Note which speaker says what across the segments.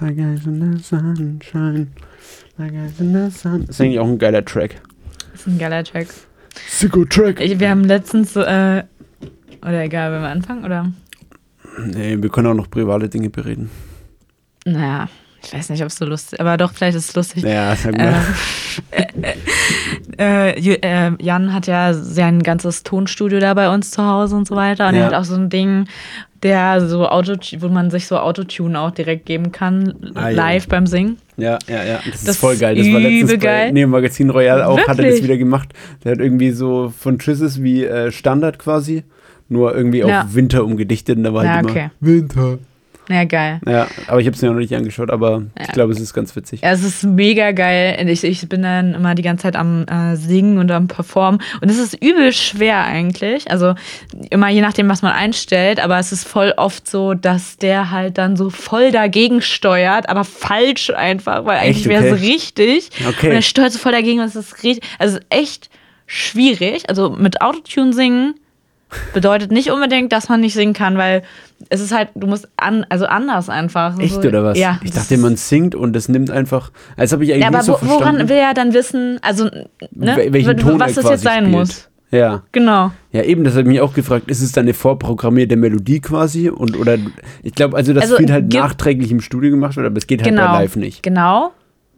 Speaker 1: Like eyes in the sunshine. Like eyes in the sun. Ist eigentlich auch ein geiler Track.
Speaker 2: Das ist ein geiler Track.
Speaker 1: Sicko Track.
Speaker 2: Ich, wir haben letztens, äh, oder egal, wenn wir anfangen, oder?
Speaker 1: Nee, wir können auch noch private Dinge bereden.
Speaker 2: Naja, ich weiß nicht, ob es so lustig aber doch, vielleicht ist es lustig.
Speaker 1: Ja, sag
Speaker 2: Äh.
Speaker 1: mal.
Speaker 2: Ähm, äh, Ju- äh, Jan hat ja sein ganzes Tonstudio da bei uns zu Hause und so weiter. Und
Speaker 1: Ja.
Speaker 2: er hat auch so ein Ding, der so Auto, wo man sich so Autotune auch direkt geben kann,
Speaker 1: Ah, ja.
Speaker 2: live beim Singen.
Speaker 1: Ja, ja, ja. Das,
Speaker 2: Das
Speaker 1: ist voll geil. Das war
Speaker 2: ist
Speaker 1: letztens
Speaker 2: übel
Speaker 1: bei
Speaker 2: geil.
Speaker 1: nee, Magazin Royal auch, hat er das
Speaker 2: Wirklich?
Speaker 1: wieder gemacht. Der hat irgendwie so von Trisses wie äh, Standard quasi, nur irgendwie
Speaker 2: Ja.
Speaker 1: auf Winter umgedichtet und da war
Speaker 2: Ja,
Speaker 1: halt immer
Speaker 2: okay.
Speaker 1: Winter.
Speaker 2: Ja, geil.
Speaker 1: Ja, aber ich habe es mir noch nicht angeschaut, aber ich
Speaker 2: Ja.
Speaker 1: glaube, es ist ganz witzig.
Speaker 2: Ja, es ist mega geil. Und Ich, ich bin dann immer die ganze Zeit am äh, Singen und am Performen. Und es ist übel schwer eigentlich. Also immer je nachdem, was man einstellt. Aber es ist voll oft so, dass der halt dann so voll dagegen steuert, aber falsch einfach, weil
Speaker 1: Echt?
Speaker 2: eigentlich wäre es
Speaker 1: Okay.
Speaker 2: richtig.
Speaker 1: Okay.
Speaker 2: Und er steuert so voll dagegen und es ist richtig. Also es ist echt schwierig. Also mit Autotune singen bedeutet nicht unbedingt, dass man nicht singen kann, weil es ist halt, du musst an, also anders einfach.
Speaker 1: Echt
Speaker 2: so,
Speaker 1: oder was?
Speaker 2: Ja.
Speaker 1: ich
Speaker 2: das
Speaker 1: dachte, man singt und das nimmt einfach. Das habe ich eigentlich
Speaker 2: ja, aber
Speaker 1: nicht so
Speaker 2: wo- woran
Speaker 1: verstanden.
Speaker 2: will er dann wissen, also ne,
Speaker 1: wel- welchen
Speaker 2: w-
Speaker 1: Ton
Speaker 2: was
Speaker 1: er
Speaker 2: das jetzt
Speaker 1: quasi
Speaker 2: sein
Speaker 1: spielt.
Speaker 2: muss?
Speaker 1: Ja.
Speaker 2: Genau.
Speaker 1: Ja, eben, das habe ich mich auch gefragt. Ist es dann eine vorprogrammierte Melodie quasi? Und oder ich glaube, also das
Speaker 2: Also,
Speaker 1: wird halt
Speaker 2: gibt-
Speaker 1: nachträglich im Studio gemacht, oder? Aber es geht halt
Speaker 2: genau.
Speaker 1: bei live nicht.
Speaker 2: Genau.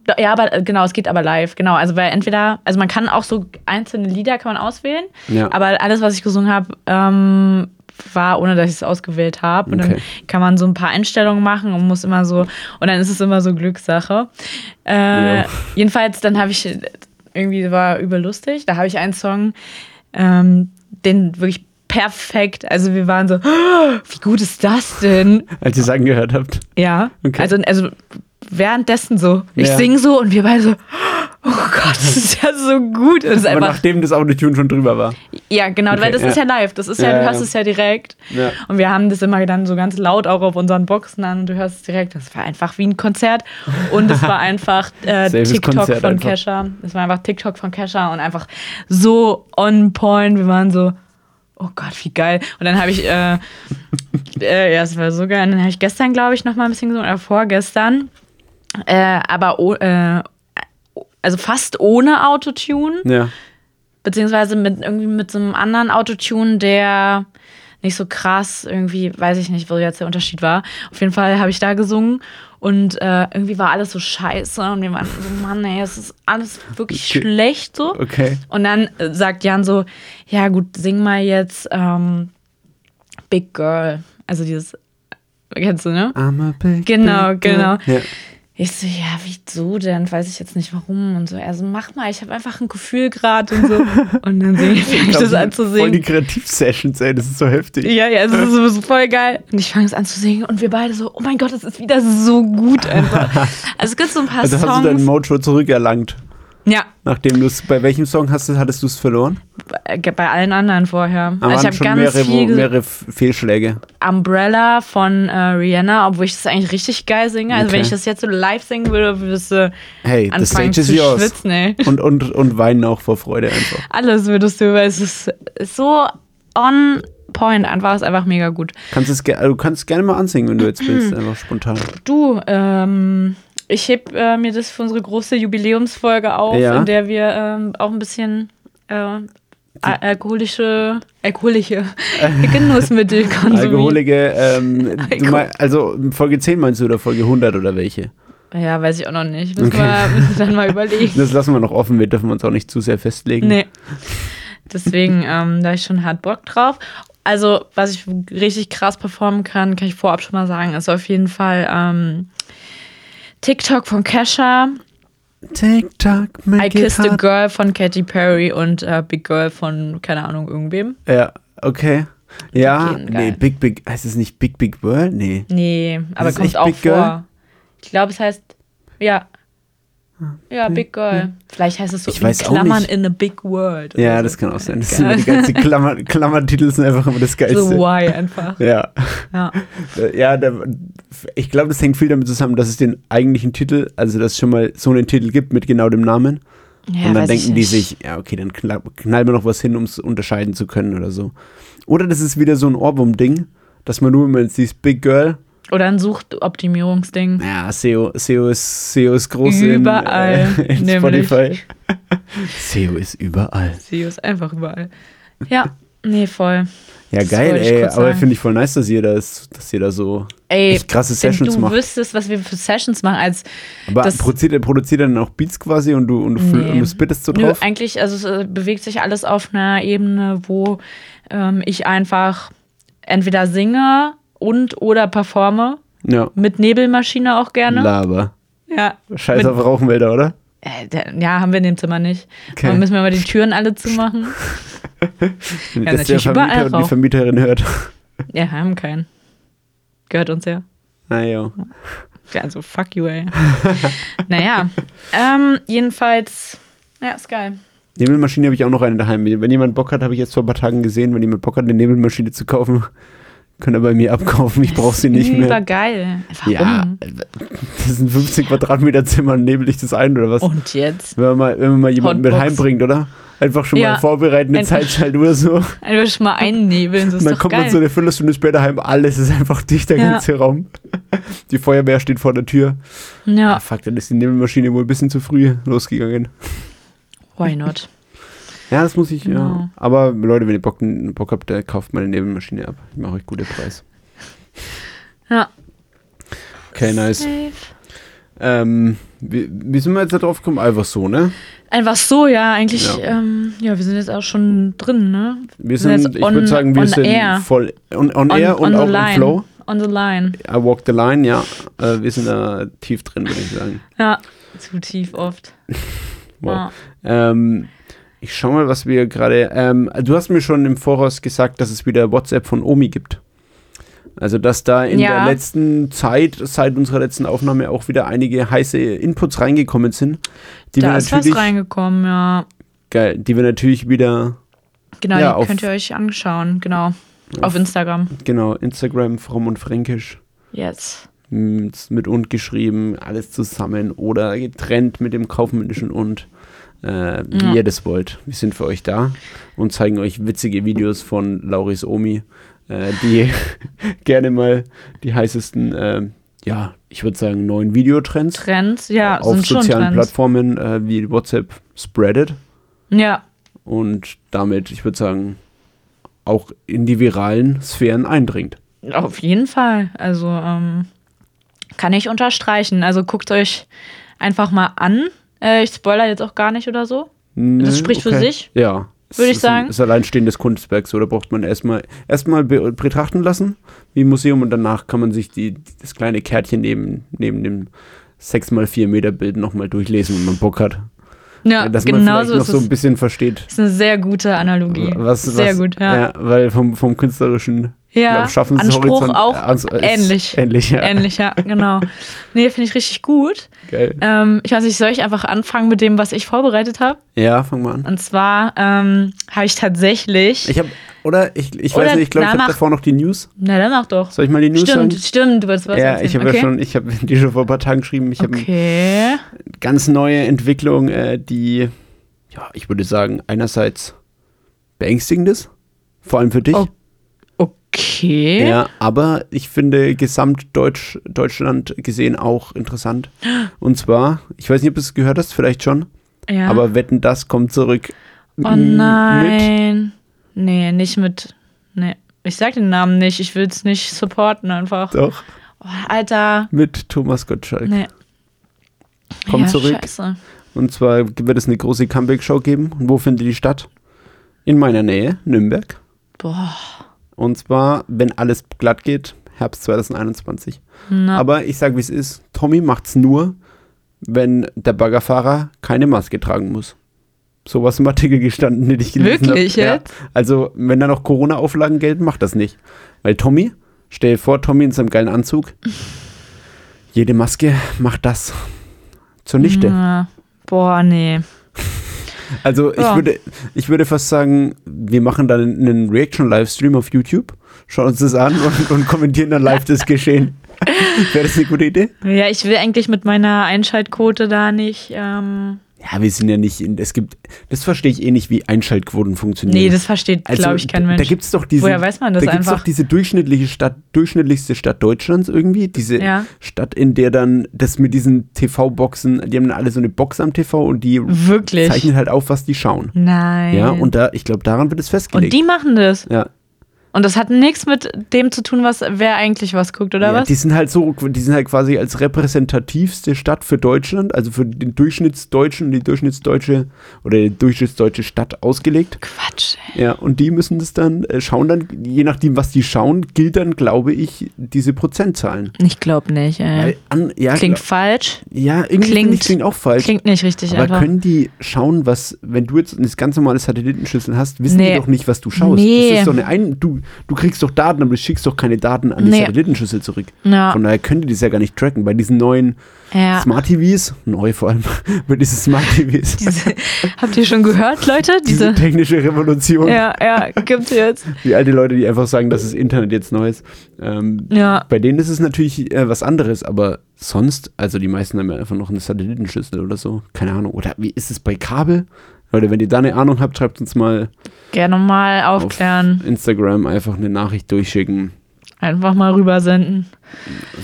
Speaker 2: Do- Ja, aber äh, genau, es geht aber live. Genau, also weil entweder, also man kann auch so einzelne Lieder kann man auswählen,
Speaker 1: Ja.
Speaker 2: aber alles, was ich gesungen habe, ähm, war ohne, dass ich es ausgewählt habe. Und
Speaker 1: Okay.
Speaker 2: dann kann man so ein paar Einstellungen machen und muss immer so, und dann ist es immer so Glückssache. Äh,
Speaker 1: Ja.
Speaker 2: Jedenfalls, dann habe ich, äh, irgendwie war übel lustig, da habe ich einen Song, ähm, den wirklich perfekt, also wir waren so, "Ah, wie gut ist das denn?
Speaker 1: Als ihr es angehört habt.
Speaker 2: Ja.
Speaker 1: Okay.
Speaker 2: Also, also währenddessen so. Ich
Speaker 1: Ja.
Speaker 2: sing so und wir beide so, oh Gott, das ist ja so gut. Und es ist
Speaker 1: Aber
Speaker 2: einfach,
Speaker 1: nachdem das Autotune schon drüber war.
Speaker 2: ja, genau,
Speaker 1: Okay,
Speaker 2: weil das
Speaker 1: ja.
Speaker 2: ist ja live. Das ist ja,
Speaker 1: Ja,
Speaker 2: du
Speaker 1: ja.
Speaker 2: hörst es ja direkt.
Speaker 1: Ja.
Speaker 2: Und wir haben das immer dann so ganz laut auch auf unseren Boxen an und du hörst es direkt. Das war einfach wie ein Konzert. Und es war einfach äh,
Speaker 1: Selbes
Speaker 2: TikTok
Speaker 1: Konzert
Speaker 2: von
Speaker 1: einfach.
Speaker 2: Kesha. Es war einfach TikTok von Kesha und einfach so on point. Wir waren so, oh Gott, wie geil. Und dann habe ich, äh, äh, ja, es war so geil. Und dann habe ich gestern, glaube ich, noch mal ein bisschen gesungen oder vorgestern. Äh, aber oh, äh, also fast ohne Autotune
Speaker 1: Ja.
Speaker 2: beziehungsweise mit irgendwie mit so einem anderen Autotune, der nicht so krass irgendwie, weiß ich nicht, wo jetzt der Unterschied war. Auf jeden Fall habe ich da gesungen und äh, irgendwie war alles so scheiße und wir waren so, Mann, ey, es ist alles wirklich
Speaker 1: Okay.
Speaker 2: schlecht so.
Speaker 1: Okay.
Speaker 2: Und dann äh, sagt Jan so, ja gut, sing mal jetzt ähm, Big Girl, also dieses, kennst du, ne?
Speaker 1: I'm a Ah. big,
Speaker 2: Genau, genau.
Speaker 1: Ja.
Speaker 2: Ich so, ja, wieso denn? Weiß ich jetzt nicht warum. Und so, er so, mach mal, ich habe einfach ein Gefühl gerade und so. Und dann singe ich, fang ich das an zu
Speaker 1: Voll die
Speaker 2: singen.
Speaker 1: Kreativsessions, ey, das ist so heftig.
Speaker 2: Ja, ja, es ist so- so voll geil. Und ich fange es an zu singen und wir beide so, oh mein Gott, es ist wieder so gut einfach. Also es gibt so ein paar
Speaker 1: also hast du deinen
Speaker 2: Songs.
Speaker 1: Mojo zurückerlangt,
Speaker 2: Ja,
Speaker 1: nachdem du es, bei welchem Song hast du, hattest du es verloren?
Speaker 2: bei äh, bei allen anderen vorher.
Speaker 1: Da
Speaker 2: Also ich
Speaker 1: waren
Speaker 2: habe
Speaker 1: schon
Speaker 2: ganz
Speaker 1: mehrere,
Speaker 2: viel
Speaker 1: wo,
Speaker 2: ges-
Speaker 1: mehrere F- Fehlschläge.
Speaker 2: Umbrella von äh, Rihanna, obwohl ich das eigentlich richtig geil singe. Also
Speaker 1: Okay.
Speaker 2: wenn ich das jetzt so live singen würde, würdest du
Speaker 1: Hey, the
Speaker 2: anfangen
Speaker 1: stage
Speaker 2: zu
Speaker 1: is yours.
Speaker 2: schwitzen, ey.
Speaker 1: Und, und, und weinen auch vor Freude einfach.
Speaker 2: Alles würdest du, weil es ist so on point einfach, ist einfach mega gut.
Speaker 1: Kannst es, ge- du kannst es gerne mal ansingen, wenn du jetzt
Speaker 2: Mhm.
Speaker 1: willst, einfach spontan.
Speaker 2: Du, ähm, ich heb äh, mir das für unsere große Jubiläumsfolge auf,
Speaker 1: Ja.
Speaker 2: in der wir ähm, auch ein bisschen äh, a- alkoholische, alkoholische Genussmittel konsumieren.
Speaker 1: Alkoholige, ähm, du
Speaker 2: Alkohol.
Speaker 1: mein, also Folge 10 meinst du oder Folge 100 oder welche?
Speaker 2: Ja, weiß ich auch noch nicht. Müssen,
Speaker 1: Okay.
Speaker 2: wir, müssen wir dann mal überlegen.
Speaker 1: Das lassen wir noch offen, wir dürfen uns auch nicht zu sehr festlegen.
Speaker 2: Nee. Deswegen, ähm, da hab ich schon hart Bock drauf. Also, was ich richtig krass performen kann, kann ich vorab schon mal sagen, ist auf jeden Fall ähm, TikTok von Kesha,
Speaker 1: TikTok, make
Speaker 2: I Kissed a
Speaker 1: it hot.
Speaker 2: Girl von Katy Perry und äh, Big Girl von, keine Ahnung, irgendwem.
Speaker 1: Ja, okay. Ja,
Speaker 2: Okay,
Speaker 1: nee,
Speaker 2: geil.
Speaker 1: Big Big, heißt es nicht Big Big World? Nee.
Speaker 2: Nee, aber
Speaker 1: ist
Speaker 2: kommt
Speaker 1: echt
Speaker 2: auch
Speaker 1: Big
Speaker 2: vor.
Speaker 1: Girl?
Speaker 2: Ich glaube, es heißt, ja. Ja, Big Girl. Vielleicht heißt es so
Speaker 1: Ah, Ich
Speaker 2: in
Speaker 1: weiß auch
Speaker 2: Klammern
Speaker 1: nicht.
Speaker 2: in a Big World.
Speaker 1: Ja,
Speaker 2: oder
Speaker 1: das
Speaker 2: so.
Speaker 1: kann auch sein. Das
Speaker 2: Geil.
Speaker 1: sind immer die ganzen Klammer, Klammertitel sind einfach immer das Geilste.
Speaker 2: So why einfach.
Speaker 1: Ja,
Speaker 2: Ja.
Speaker 1: Äh, ja da, ich glaube, das hängt viel damit zusammen, dass es den eigentlichen Titel, also dass es schon mal so einen Titel gibt mit genau dem Namen.
Speaker 2: Ja,
Speaker 1: und dann
Speaker 2: weiß ich
Speaker 1: denken die
Speaker 2: nicht.
Speaker 1: sich, ja, okay, dann knall, knallen wir noch was hin, um es unterscheiden zu können oder so. Oder das ist wieder so ein Ohrwurm-Ding, dass man nur, wenn man jetzt dieses Big Girl
Speaker 2: Oder ein Suchtoptimierungsding.
Speaker 1: Ja, E SEO, SEO, ist, SEO ist groß
Speaker 2: Überall,
Speaker 1: in, äh, in
Speaker 2: nämlich.
Speaker 1: Spotify. SEO ist überall.
Speaker 2: SEO ist einfach überall. Ja, nee, voll.
Speaker 1: Ja,
Speaker 2: Das
Speaker 1: geil,
Speaker 2: wollte ich
Speaker 1: ey.
Speaker 2: kurz
Speaker 1: Aber
Speaker 2: sagen.
Speaker 1: finde ich voll nice, dass ihr das, dass ihr da so
Speaker 2: Ey,
Speaker 1: echt krasse
Speaker 2: wenn
Speaker 1: Sessions
Speaker 2: du
Speaker 1: macht.
Speaker 2: wüsstest, was wir für Sessions machen, als
Speaker 1: Aber
Speaker 2: das-
Speaker 1: produziert, produziert er dann auch Beats quasi und du, und du, fl-
Speaker 2: Nee.
Speaker 1: und du spittest so
Speaker 2: Nö,
Speaker 1: drauf?
Speaker 2: eigentlich, also es äh, bewegt sich alles auf einer Ebene, wo ähm, ich einfach entweder singe und oder performe.
Speaker 1: ja.
Speaker 2: Mit Nebelmaschine auch gerne.
Speaker 1: Laber.
Speaker 2: ja.
Speaker 1: Scheiß auf Rauchmelder, oder?
Speaker 2: Äh, der- ja, haben wir in dem Zimmer nicht.
Speaker 1: Okay.
Speaker 2: Dann müssen wir mal die Türen alle zumachen.
Speaker 1: Ja,
Speaker 2: natürlich überall
Speaker 1: Vermieter und die
Speaker 2: Rauch.
Speaker 1: Vermieterin hört.
Speaker 2: ja, haben keinen. Gehört uns ja.
Speaker 1: Naja.
Speaker 2: Ja, Also fuck you, ey. naja. Ähm, jedenfalls, ja, ist geil.
Speaker 1: Nebelmaschine habe ich auch noch eine daheim. Wenn jemand Bock hat, habe ich jetzt vor ein paar Tagen gesehen, wenn jemand Bock hat, eine Nebelmaschine zu kaufen, kann er bei mir abkaufen. Ich brauche sie nicht mehr.
Speaker 2: Übergeil. Warum?
Speaker 1: Ja, das ist ein 15 Quadratmeter Zimmer, nebel ich das ein oder was?
Speaker 2: Und jetzt?
Speaker 1: Wenn man mal, wenn man mal jemanden mit
Speaker 2: Oh. Hotbox.
Speaker 1: heimbringt, oder? Einfach schon
Speaker 2: Ja,
Speaker 1: mal vorbereiten, eine
Speaker 2: endlich.
Speaker 1: Zeitschalt oder so.
Speaker 2: Einfach schon mal einnebeln,
Speaker 1: Und
Speaker 2: so ist
Speaker 1: dann
Speaker 2: doch
Speaker 1: kommt
Speaker 2: geil.
Speaker 1: man so eine Viertelstunde später heim, alles ist einfach dicht, der
Speaker 2: Ja.
Speaker 1: ganze Raum. Die Feuerwehr steht vor der Tür. Ah,
Speaker 2: ja,
Speaker 1: fuck, dann ist die Nebelmaschine wohl ein bisschen zu früh losgegangen.
Speaker 2: why not?
Speaker 1: Ja, das muss ich,
Speaker 2: Genau.
Speaker 1: ja. Aber Leute, wenn ihr Bock, Bock habt, äh, kauft meine Nebelmaschine ab. Ich mache euch gute Preis.
Speaker 2: Ja.
Speaker 1: Okay, nice.
Speaker 2: Safe.
Speaker 1: Ähm, wie, wie sind wir jetzt da drauf gekommen? Einfach so, ne?
Speaker 2: Einfach so, ja, eigentlich,
Speaker 1: Ja.
Speaker 2: ja. Ähm, ja, wir sind jetzt auch schon drin, ne?
Speaker 1: Wir
Speaker 2: Sind
Speaker 1: sind,
Speaker 2: jetzt
Speaker 1: ich
Speaker 2: on-
Speaker 1: würde sagen, wir
Speaker 2: on
Speaker 1: sind
Speaker 2: air.
Speaker 1: voll on, on air und
Speaker 2: the
Speaker 1: auch
Speaker 2: line.
Speaker 1: im Flow.
Speaker 2: On the line.
Speaker 1: I walk the line, ja. Äh, wir sind da tief drin, würde ich sagen.
Speaker 2: Ja, zu tief oft.
Speaker 1: Wow.
Speaker 2: Ja.
Speaker 1: Ähm, ich schau mal, was wir gerade. Ähm, du hast mir schon im Voraus gesagt, dass es wieder WhatsApp von Omi gibt. Also, dass da in
Speaker 2: Ja.
Speaker 1: der letzten Zeit, seit unserer letzten Aufnahme, auch wieder einige heiße Inputs reingekommen sind, die, wir
Speaker 2: Da ist was
Speaker 1: natürlich,
Speaker 2: reingekommen, ja.
Speaker 1: geil, die wir natürlich wieder,
Speaker 2: Genau,
Speaker 1: Ja,
Speaker 2: die
Speaker 1: auf-
Speaker 2: könnt ihr euch anschauen, genau. Auf Instagram.
Speaker 1: genau, Instagram, Fromm und Fränkisch,
Speaker 2: Yes.
Speaker 1: mit, Hm, mit und geschrieben, alles zusammen oder getrennt mit dem kaufmännischen und. Äh, wie
Speaker 2: Ja.
Speaker 1: ihr das wollt. Wir sind für euch da und zeigen euch witzige Videos von Lauris Omi, äh, die gerne mal die heißesten, äh, ja, ich würde sagen, neuen Videotrends
Speaker 2: Trends, ja,
Speaker 1: auf
Speaker 2: sind schon
Speaker 1: sozialen
Speaker 2: Trends.
Speaker 1: Plattformen äh, wie WhatsApp spreadet
Speaker 2: Ja,
Speaker 1: und damit, ich würde sagen, auch in die viralen Sphären eindringt.
Speaker 2: auf jeden Fall. Also, ähm, kann ich unterstreichen. Also guckt euch einfach mal an. Äh, ich spoiler jetzt auch gar nicht oder so.
Speaker 1: Nö,
Speaker 2: spricht für sich,
Speaker 1: Ja. Es
Speaker 2: würde ich
Speaker 1: ist ein-
Speaker 2: sagen.
Speaker 1: Ist alleinstehendes Kunstwerk, so da braucht man erstmal erstmal be betrachten lassen, wie ein Museum, und danach kann man sich die, das kleine Kärtchen neben, neben dem 6x4 Meter Bild nochmal durchlesen, wenn man Bock hat.
Speaker 2: Ja,
Speaker 1: Dass man
Speaker 2: genau
Speaker 1: vielleicht
Speaker 2: so
Speaker 1: noch
Speaker 2: ist
Speaker 1: so
Speaker 2: es.
Speaker 1: ein bisschen versteht,
Speaker 2: Ist eine sehr gute Analogie.
Speaker 1: was,
Speaker 2: sehr
Speaker 1: was
Speaker 2: gut, ja.
Speaker 1: Weil vom, vom künstlerischen
Speaker 2: Ja,
Speaker 1: glaub, Schaffenshorizont
Speaker 2: Anspruch auch
Speaker 1: äh, ans- ist
Speaker 2: ähnlich.
Speaker 1: Ähnlich, ja.
Speaker 2: Ähnlich, ja, genau. Nee, finde ich richtig gut.
Speaker 1: Geil.
Speaker 2: Ähm, ich weiß nicht, soll ich einfach anfangen mit dem, was ich vorbereitet habe?
Speaker 1: Ja, fang mal an.
Speaker 2: Und zwar ähm, habe ich tatsächlich.
Speaker 1: Ich habe, oder? Ich, ich
Speaker 2: Oder
Speaker 1: weiß nicht, ich glaube, ich
Speaker 2: danach-
Speaker 1: habe davor noch die News.
Speaker 2: na, dann mach doch.
Speaker 1: Soll ich mal die News sagen?
Speaker 2: Stimmt, stimmt, du wolltest was
Speaker 1: Ja,
Speaker 2: erzählen.
Speaker 1: ich habe
Speaker 2: okay.
Speaker 1: ja schon, ich habe die schon vor ein paar Tagen geschrieben. Ich habe
Speaker 2: Okay.
Speaker 1: eine ganz neue Entwicklung, äh, die, ja, ich würde sagen, einerseits beängstigend ist, vor allem für dich.
Speaker 2: Oh, Okay.
Speaker 1: Ja, aber ich finde gesamtdeutsch Deutschland gesehen auch interessant. Und zwar, ich weiß nicht, ob du es gehört hast, vielleicht schon,
Speaker 2: Ja.
Speaker 1: aber Wetten, das kommt zurück.
Speaker 2: oh nein. Nee, nicht mit. Nee. Ich sag den Namen nicht. Ich will es nicht supporten einfach.
Speaker 1: Mit, doch,
Speaker 2: Oh, Alter.
Speaker 1: mit Thomas Gottschalk.
Speaker 2: Nee.
Speaker 1: Kommt
Speaker 2: ja,
Speaker 1: zurück.
Speaker 2: Scheiße.
Speaker 1: Und zwar wird es eine große Comeback-Show geben. Und wo findet die statt? In meiner Nähe, Nürnberg.
Speaker 2: Boah.
Speaker 1: Und zwar, wenn alles glatt geht, Herbst 2021.
Speaker 2: Na.
Speaker 1: Aber ich sag, wie es ist. Tommy macht's nur, wenn der Baggerfahrer keine Maske tragen muss. Sowas im Artikel gestanden, den ich gelesen habe.
Speaker 2: Wirklich jetzt?
Speaker 1: Ja. Also, wenn da noch Corona-Auflagen gelten, macht das nicht. Weil Tommy, stell dir vor, Tommy in seinem geilen Anzug. Jede Maske macht das zunichte.
Speaker 2: Na. Boah, nee.
Speaker 1: Also ich
Speaker 2: Ja.
Speaker 1: würde, ich würde fast sagen, wir machen dann einen Reaction-Livestream auf YouTube, schauen uns das an und, und kommentieren dann live das Geschehen. Wäre das eine gute Idee?
Speaker 2: Ja, ich will eigentlich mit meiner Einschaltquote da nicht. Ähm,
Speaker 1: Ja, wir sind ja nicht in. Es gibt. Das verstehe ich eh nicht, wie Einschaltquoten funktionieren.
Speaker 2: Nee, das versteht,
Speaker 1: Also,
Speaker 2: glaube ich, kein Mensch.
Speaker 1: Da gibt es doch diese.
Speaker 2: Woher weiß man das
Speaker 1: da gibt's
Speaker 2: einfach?
Speaker 1: doch diese durchschnittliche Stadt, durchschnittlichste Stadt Deutschlands irgendwie. Diese
Speaker 2: Ja.
Speaker 1: Stadt, in der dann das mit diesen TV-Boxen, die haben dann alle so eine Box am TV und die
Speaker 2: Wirklich?
Speaker 1: zeichnen halt auf, was die schauen.
Speaker 2: Nein.
Speaker 1: Ja, und da, ich glaube, daran wird es
Speaker 2: Und
Speaker 1: festgelegt.
Speaker 2: die machen das.
Speaker 1: ja.
Speaker 2: Und das hat nichts mit dem zu tun, was wer eigentlich was guckt, oder
Speaker 1: ja,
Speaker 2: was?
Speaker 1: Die sind halt so, die sind halt quasi als repräsentativste Stadt für Deutschland, also für den Durchschnittsdeutschen, die Durchschnittsdeutsche oder die durchschnittsdeutsche Stadt ausgelegt.
Speaker 2: Quatsch. ey.
Speaker 1: Ja, und die müssen das dann, äh, schauen dann, je nachdem, was die schauen, gilt dann, glaube ich, diese Prozentzahlen.
Speaker 2: Ich glaube nicht, ey.
Speaker 1: Weil an, ja,
Speaker 2: Klingt
Speaker 1: glaub-
Speaker 2: falsch.
Speaker 1: ja, irgendwie klingt,
Speaker 2: klingt-
Speaker 1: klingt, klingt auch falsch.
Speaker 2: Klingt nicht richtig
Speaker 1: aber
Speaker 2: einfach.
Speaker 1: können die schauen, was, wenn du jetzt eine ganz normale Satellitenschüssel hast, wissen
Speaker 2: Nee.
Speaker 1: die doch nicht, was du schaust.
Speaker 2: Nee.
Speaker 1: Das ist doch eine Ein du, du kriegst doch Daten, aber du schickst doch keine Daten an die
Speaker 2: Nee.
Speaker 1: Satellitenschüssel zurück.
Speaker 2: Ja.
Speaker 1: Von daher können die das ja gar nicht tracken. Bei diesen neuen
Speaker 2: ja.
Speaker 1: Smart TVs, neu vor allem, bei diesen Smart TVs, diese,
Speaker 2: Diese, habt ihr schon gehört, Leute? Diese.
Speaker 1: technische Revolution,
Speaker 2: Ja, ja, gibt's jetzt.
Speaker 1: die alte Leute, die einfach sagen, dass das Internet jetzt neu ist. Ähm,
Speaker 2: Ja.
Speaker 1: Bei denen ist es natürlich äh, was anderes, aber sonst, also die meisten haben ja einfach noch eine Satellitenschüssel oder so. Keine Ahnung. Oder wie ist es bei Kabel? Leute, wenn ihr da eine Ahnung habt, schreibt uns mal
Speaker 2: Gerne mal aufklären.
Speaker 1: auf Instagram einfach eine Nachricht durchschicken.
Speaker 2: Einfach mal rübersenden.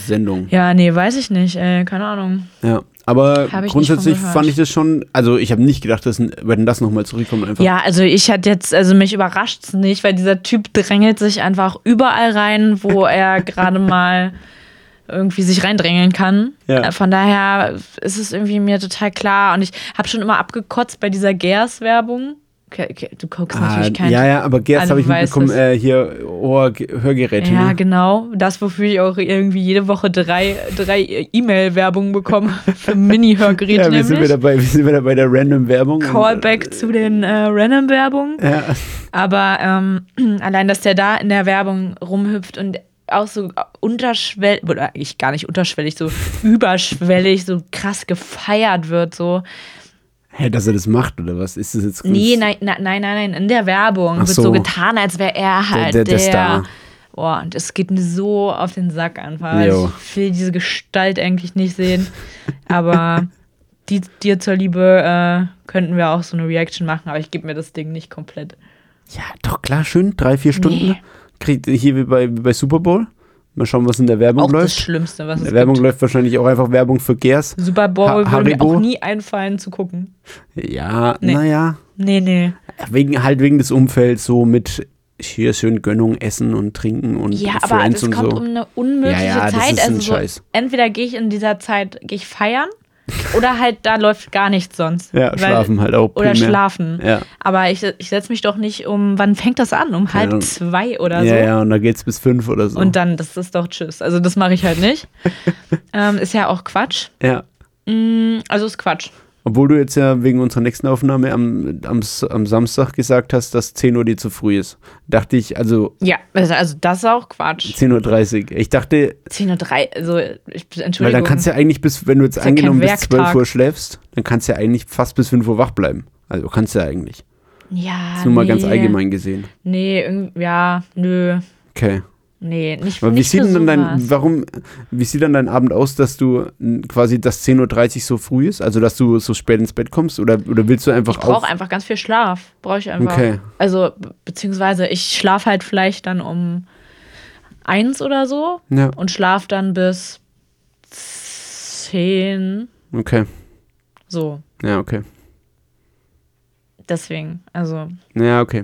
Speaker 1: Sendung.
Speaker 2: Ja, nee, weiß ich nicht, ey. Keine Ahnung.
Speaker 1: Ja. Aber
Speaker 2: Hab ich nicht
Speaker 1: grundsätzlich
Speaker 2: von gehört.
Speaker 1: fand ich das schon, also ich habe nicht gedacht, dass, wenn das nochmal zurückkommt, einfach.
Speaker 2: Ja, also ich hatte jetzt, also mich überrascht es nicht, weil dieser Typ drängelt sich einfach überall rein, wo er gerade mal irgendwie sich reindrängeln kann.
Speaker 1: Ja.
Speaker 2: Äh, Von daher ist es irgendwie mir total klar und ich habe schon immer abgekotzt bei dieser Gers-Werbung. Okay, okay, du guckst natürlich
Speaker 1: ah,
Speaker 2: keinen.
Speaker 1: ja, ja, aber Gerst
Speaker 2: Also
Speaker 1: habe ich
Speaker 2: du weißt
Speaker 1: mitbekommen,
Speaker 2: es.
Speaker 1: äh, hier Ohr, Hörgeräte.
Speaker 2: Ja,
Speaker 1: ne?
Speaker 2: genau. Das, wofür ich auch irgendwie jede Woche drei, drei E-Mail-Werbungen bekomme für Mini-Hörgeräte
Speaker 1: ja, wir sind,
Speaker 2: nämlich.
Speaker 1: wieder bei, wir sind wieder bei der Random-Werbung. und-
Speaker 2: Callback zu den äh, Random-Werbungen.
Speaker 1: Ja,
Speaker 2: Aber ähm, allein, dass der da in der Werbung rumhüpft und auch so unterschwellig, oder eigentlich gar nicht unterschwellig, so überschwellig, so krass gefeiert wird, so.
Speaker 1: Hä, dass er das macht, oder was? Ist das jetzt
Speaker 2: Nee, nein, nein, nein, nein, in der Werbung
Speaker 1: Ach
Speaker 2: wird so
Speaker 1: so.
Speaker 2: getan, als wäre er halt der,
Speaker 1: der- der Star.
Speaker 2: Boah, und es geht mir so auf den Sack einfach. Also
Speaker 1: Jo.
Speaker 2: ich will diese Gestalt eigentlich nicht sehen. Aber die, dir zur Liebe äh, könnten wir auch so eine Reaction machen, aber ich gebe mir das Ding nicht komplett.
Speaker 1: Ja, doch klar, schön, drei, vier Stunden.
Speaker 2: Nee.
Speaker 1: Kriegt hier wie bei, wie bei Super Bowl. Mal schauen, was in der Werbung
Speaker 2: Auch das
Speaker 1: läuft.
Speaker 2: Schlimmste, was
Speaker 1: In
Speaker 2: es
Speaker 1: der Werbung
Speaker 2: gibt.
Speaker 1: läuft wahrscheinlich auch einfach Werbung für Gers.
Speaker 2: Super Bowl
Speaker 1: Ha-
Speaker 2: würde mir
Speaker 1: Haribo?
Speaker 2: auch nie einfallen zu gucken.
Speaker 1: Ja,
Speaker 2: Nee.
Speaker 1: naja.
Speaker 2: Nee, nee.
Speaker 1: Wegen, halt wegen des Umfelds, so mit hier schön Gönnung, Essen und Trinken und
Speaker 2: Ja, aber
Speaker 1: Friends
Speaker 2: das
Speaker 1: und
Speaker 2: kommt
Speaker 1: so.
Speaker 2: um eine unmögliche
Speaker 1: Ja, ja, das
Speaker 2: Zeit.
Speaker 1: ist ein
Speaker 2: also so,
Speaker 1: Scheiß.
Speaker 2: entweder gehe ich in dieser Zeit, gehe ich feiern oder halt da läuft gar nichts sonst.
Speaker 1: ja,
Speaker 2: Weil-
Speaker 1: schlafen halt auch.
Speaker 2: Oder
Speaker 1: primär.
Speaker 2: schlafen.
Speaker 1: Ja.
Speaker 2: Aber ich, ich setze mich doch nicht um, wann fängt das an? Um halb
Speaker 1: Ahnung.
Speaker 2: zwei oder
Speaker 1: Ja,
Speaker 2: so.
Speaker 1: ja, und da geht's bis fünf oder so.
Speaker 2: Und dann, das ist doch tschüss. Also das mache ich halt nicht. ähm, ist ja auch Quatsch.
Speaker 1: ja.
Speaker 2: Mm, Also ist Quatsch.
Speaker 1: Obwohl du jetzt ja wegen unserer nächsten Aufnahme am, am, S- am Samstag gesagt hast, dass 10 Uhr dir zu früh ist. Dachte ich, also
Speaker 2: Ja, also also das ist auch Quatsch.
Speaker 1: 10.30 Uhr. Ich dachte,
Speaker 2: 10.03 Uhr, also ich,
Speaker 1: weil
Speaker 2: Entschuldigung.
Speaker 1: dann kannst du ja eigentlich bis, wenn du jetzt
Speaker 2: Ist ja kein
Speaker 1: angenommen bis
Speaker 2: Werktag.
Speaker 1: 12 Uhr schläfst, dann kannst du ja eigentlich fast bis 5 Uhr wach bleiben. Also kannst du ja eigentlich.
Speaker 2: ja,
Speaker 1: Ist nur mal ganz
Speaker 2: Ah, nee.
Speaker 1: allgemein gesehen.
Speaker 2: Nee, irgend- ja, nö.
Speaker 1: Okay.
Speaker 2: Nee, nicht
Speaker 1: Aber wie
Speaker 2: nicht
Speaker 1: sieht
Speaker 2: für
Speaker 1: denn dann dein,
Speaker 2: sowas.
Speaker 1: warum, wie sieht dann dein Abend aus, dass du n, quasi das 10.30 Uhr so früh ist? Also dass du so spät ins Bett kommst? Oder, oder willst du einfach
Speaker 2: Ich brauche
Speaker 1: auf?
Speaker 2: einfach ganz viel Schlaf. Brauche ich einfach.
Speaker 1: Okay.
Speaker 2: Also, be- beziehungsweise ich schlafe halt vielleicht dann um eins oder so
Speaker 1: Ja,
Speaker 2: und schlafe dann bis zehn.
Speaker 1: okay.
Speaker 2: So,
Speaker 1: Ja, okay.
Speaker 2: deswegen. Also,
Speaker 1: Ja, okay.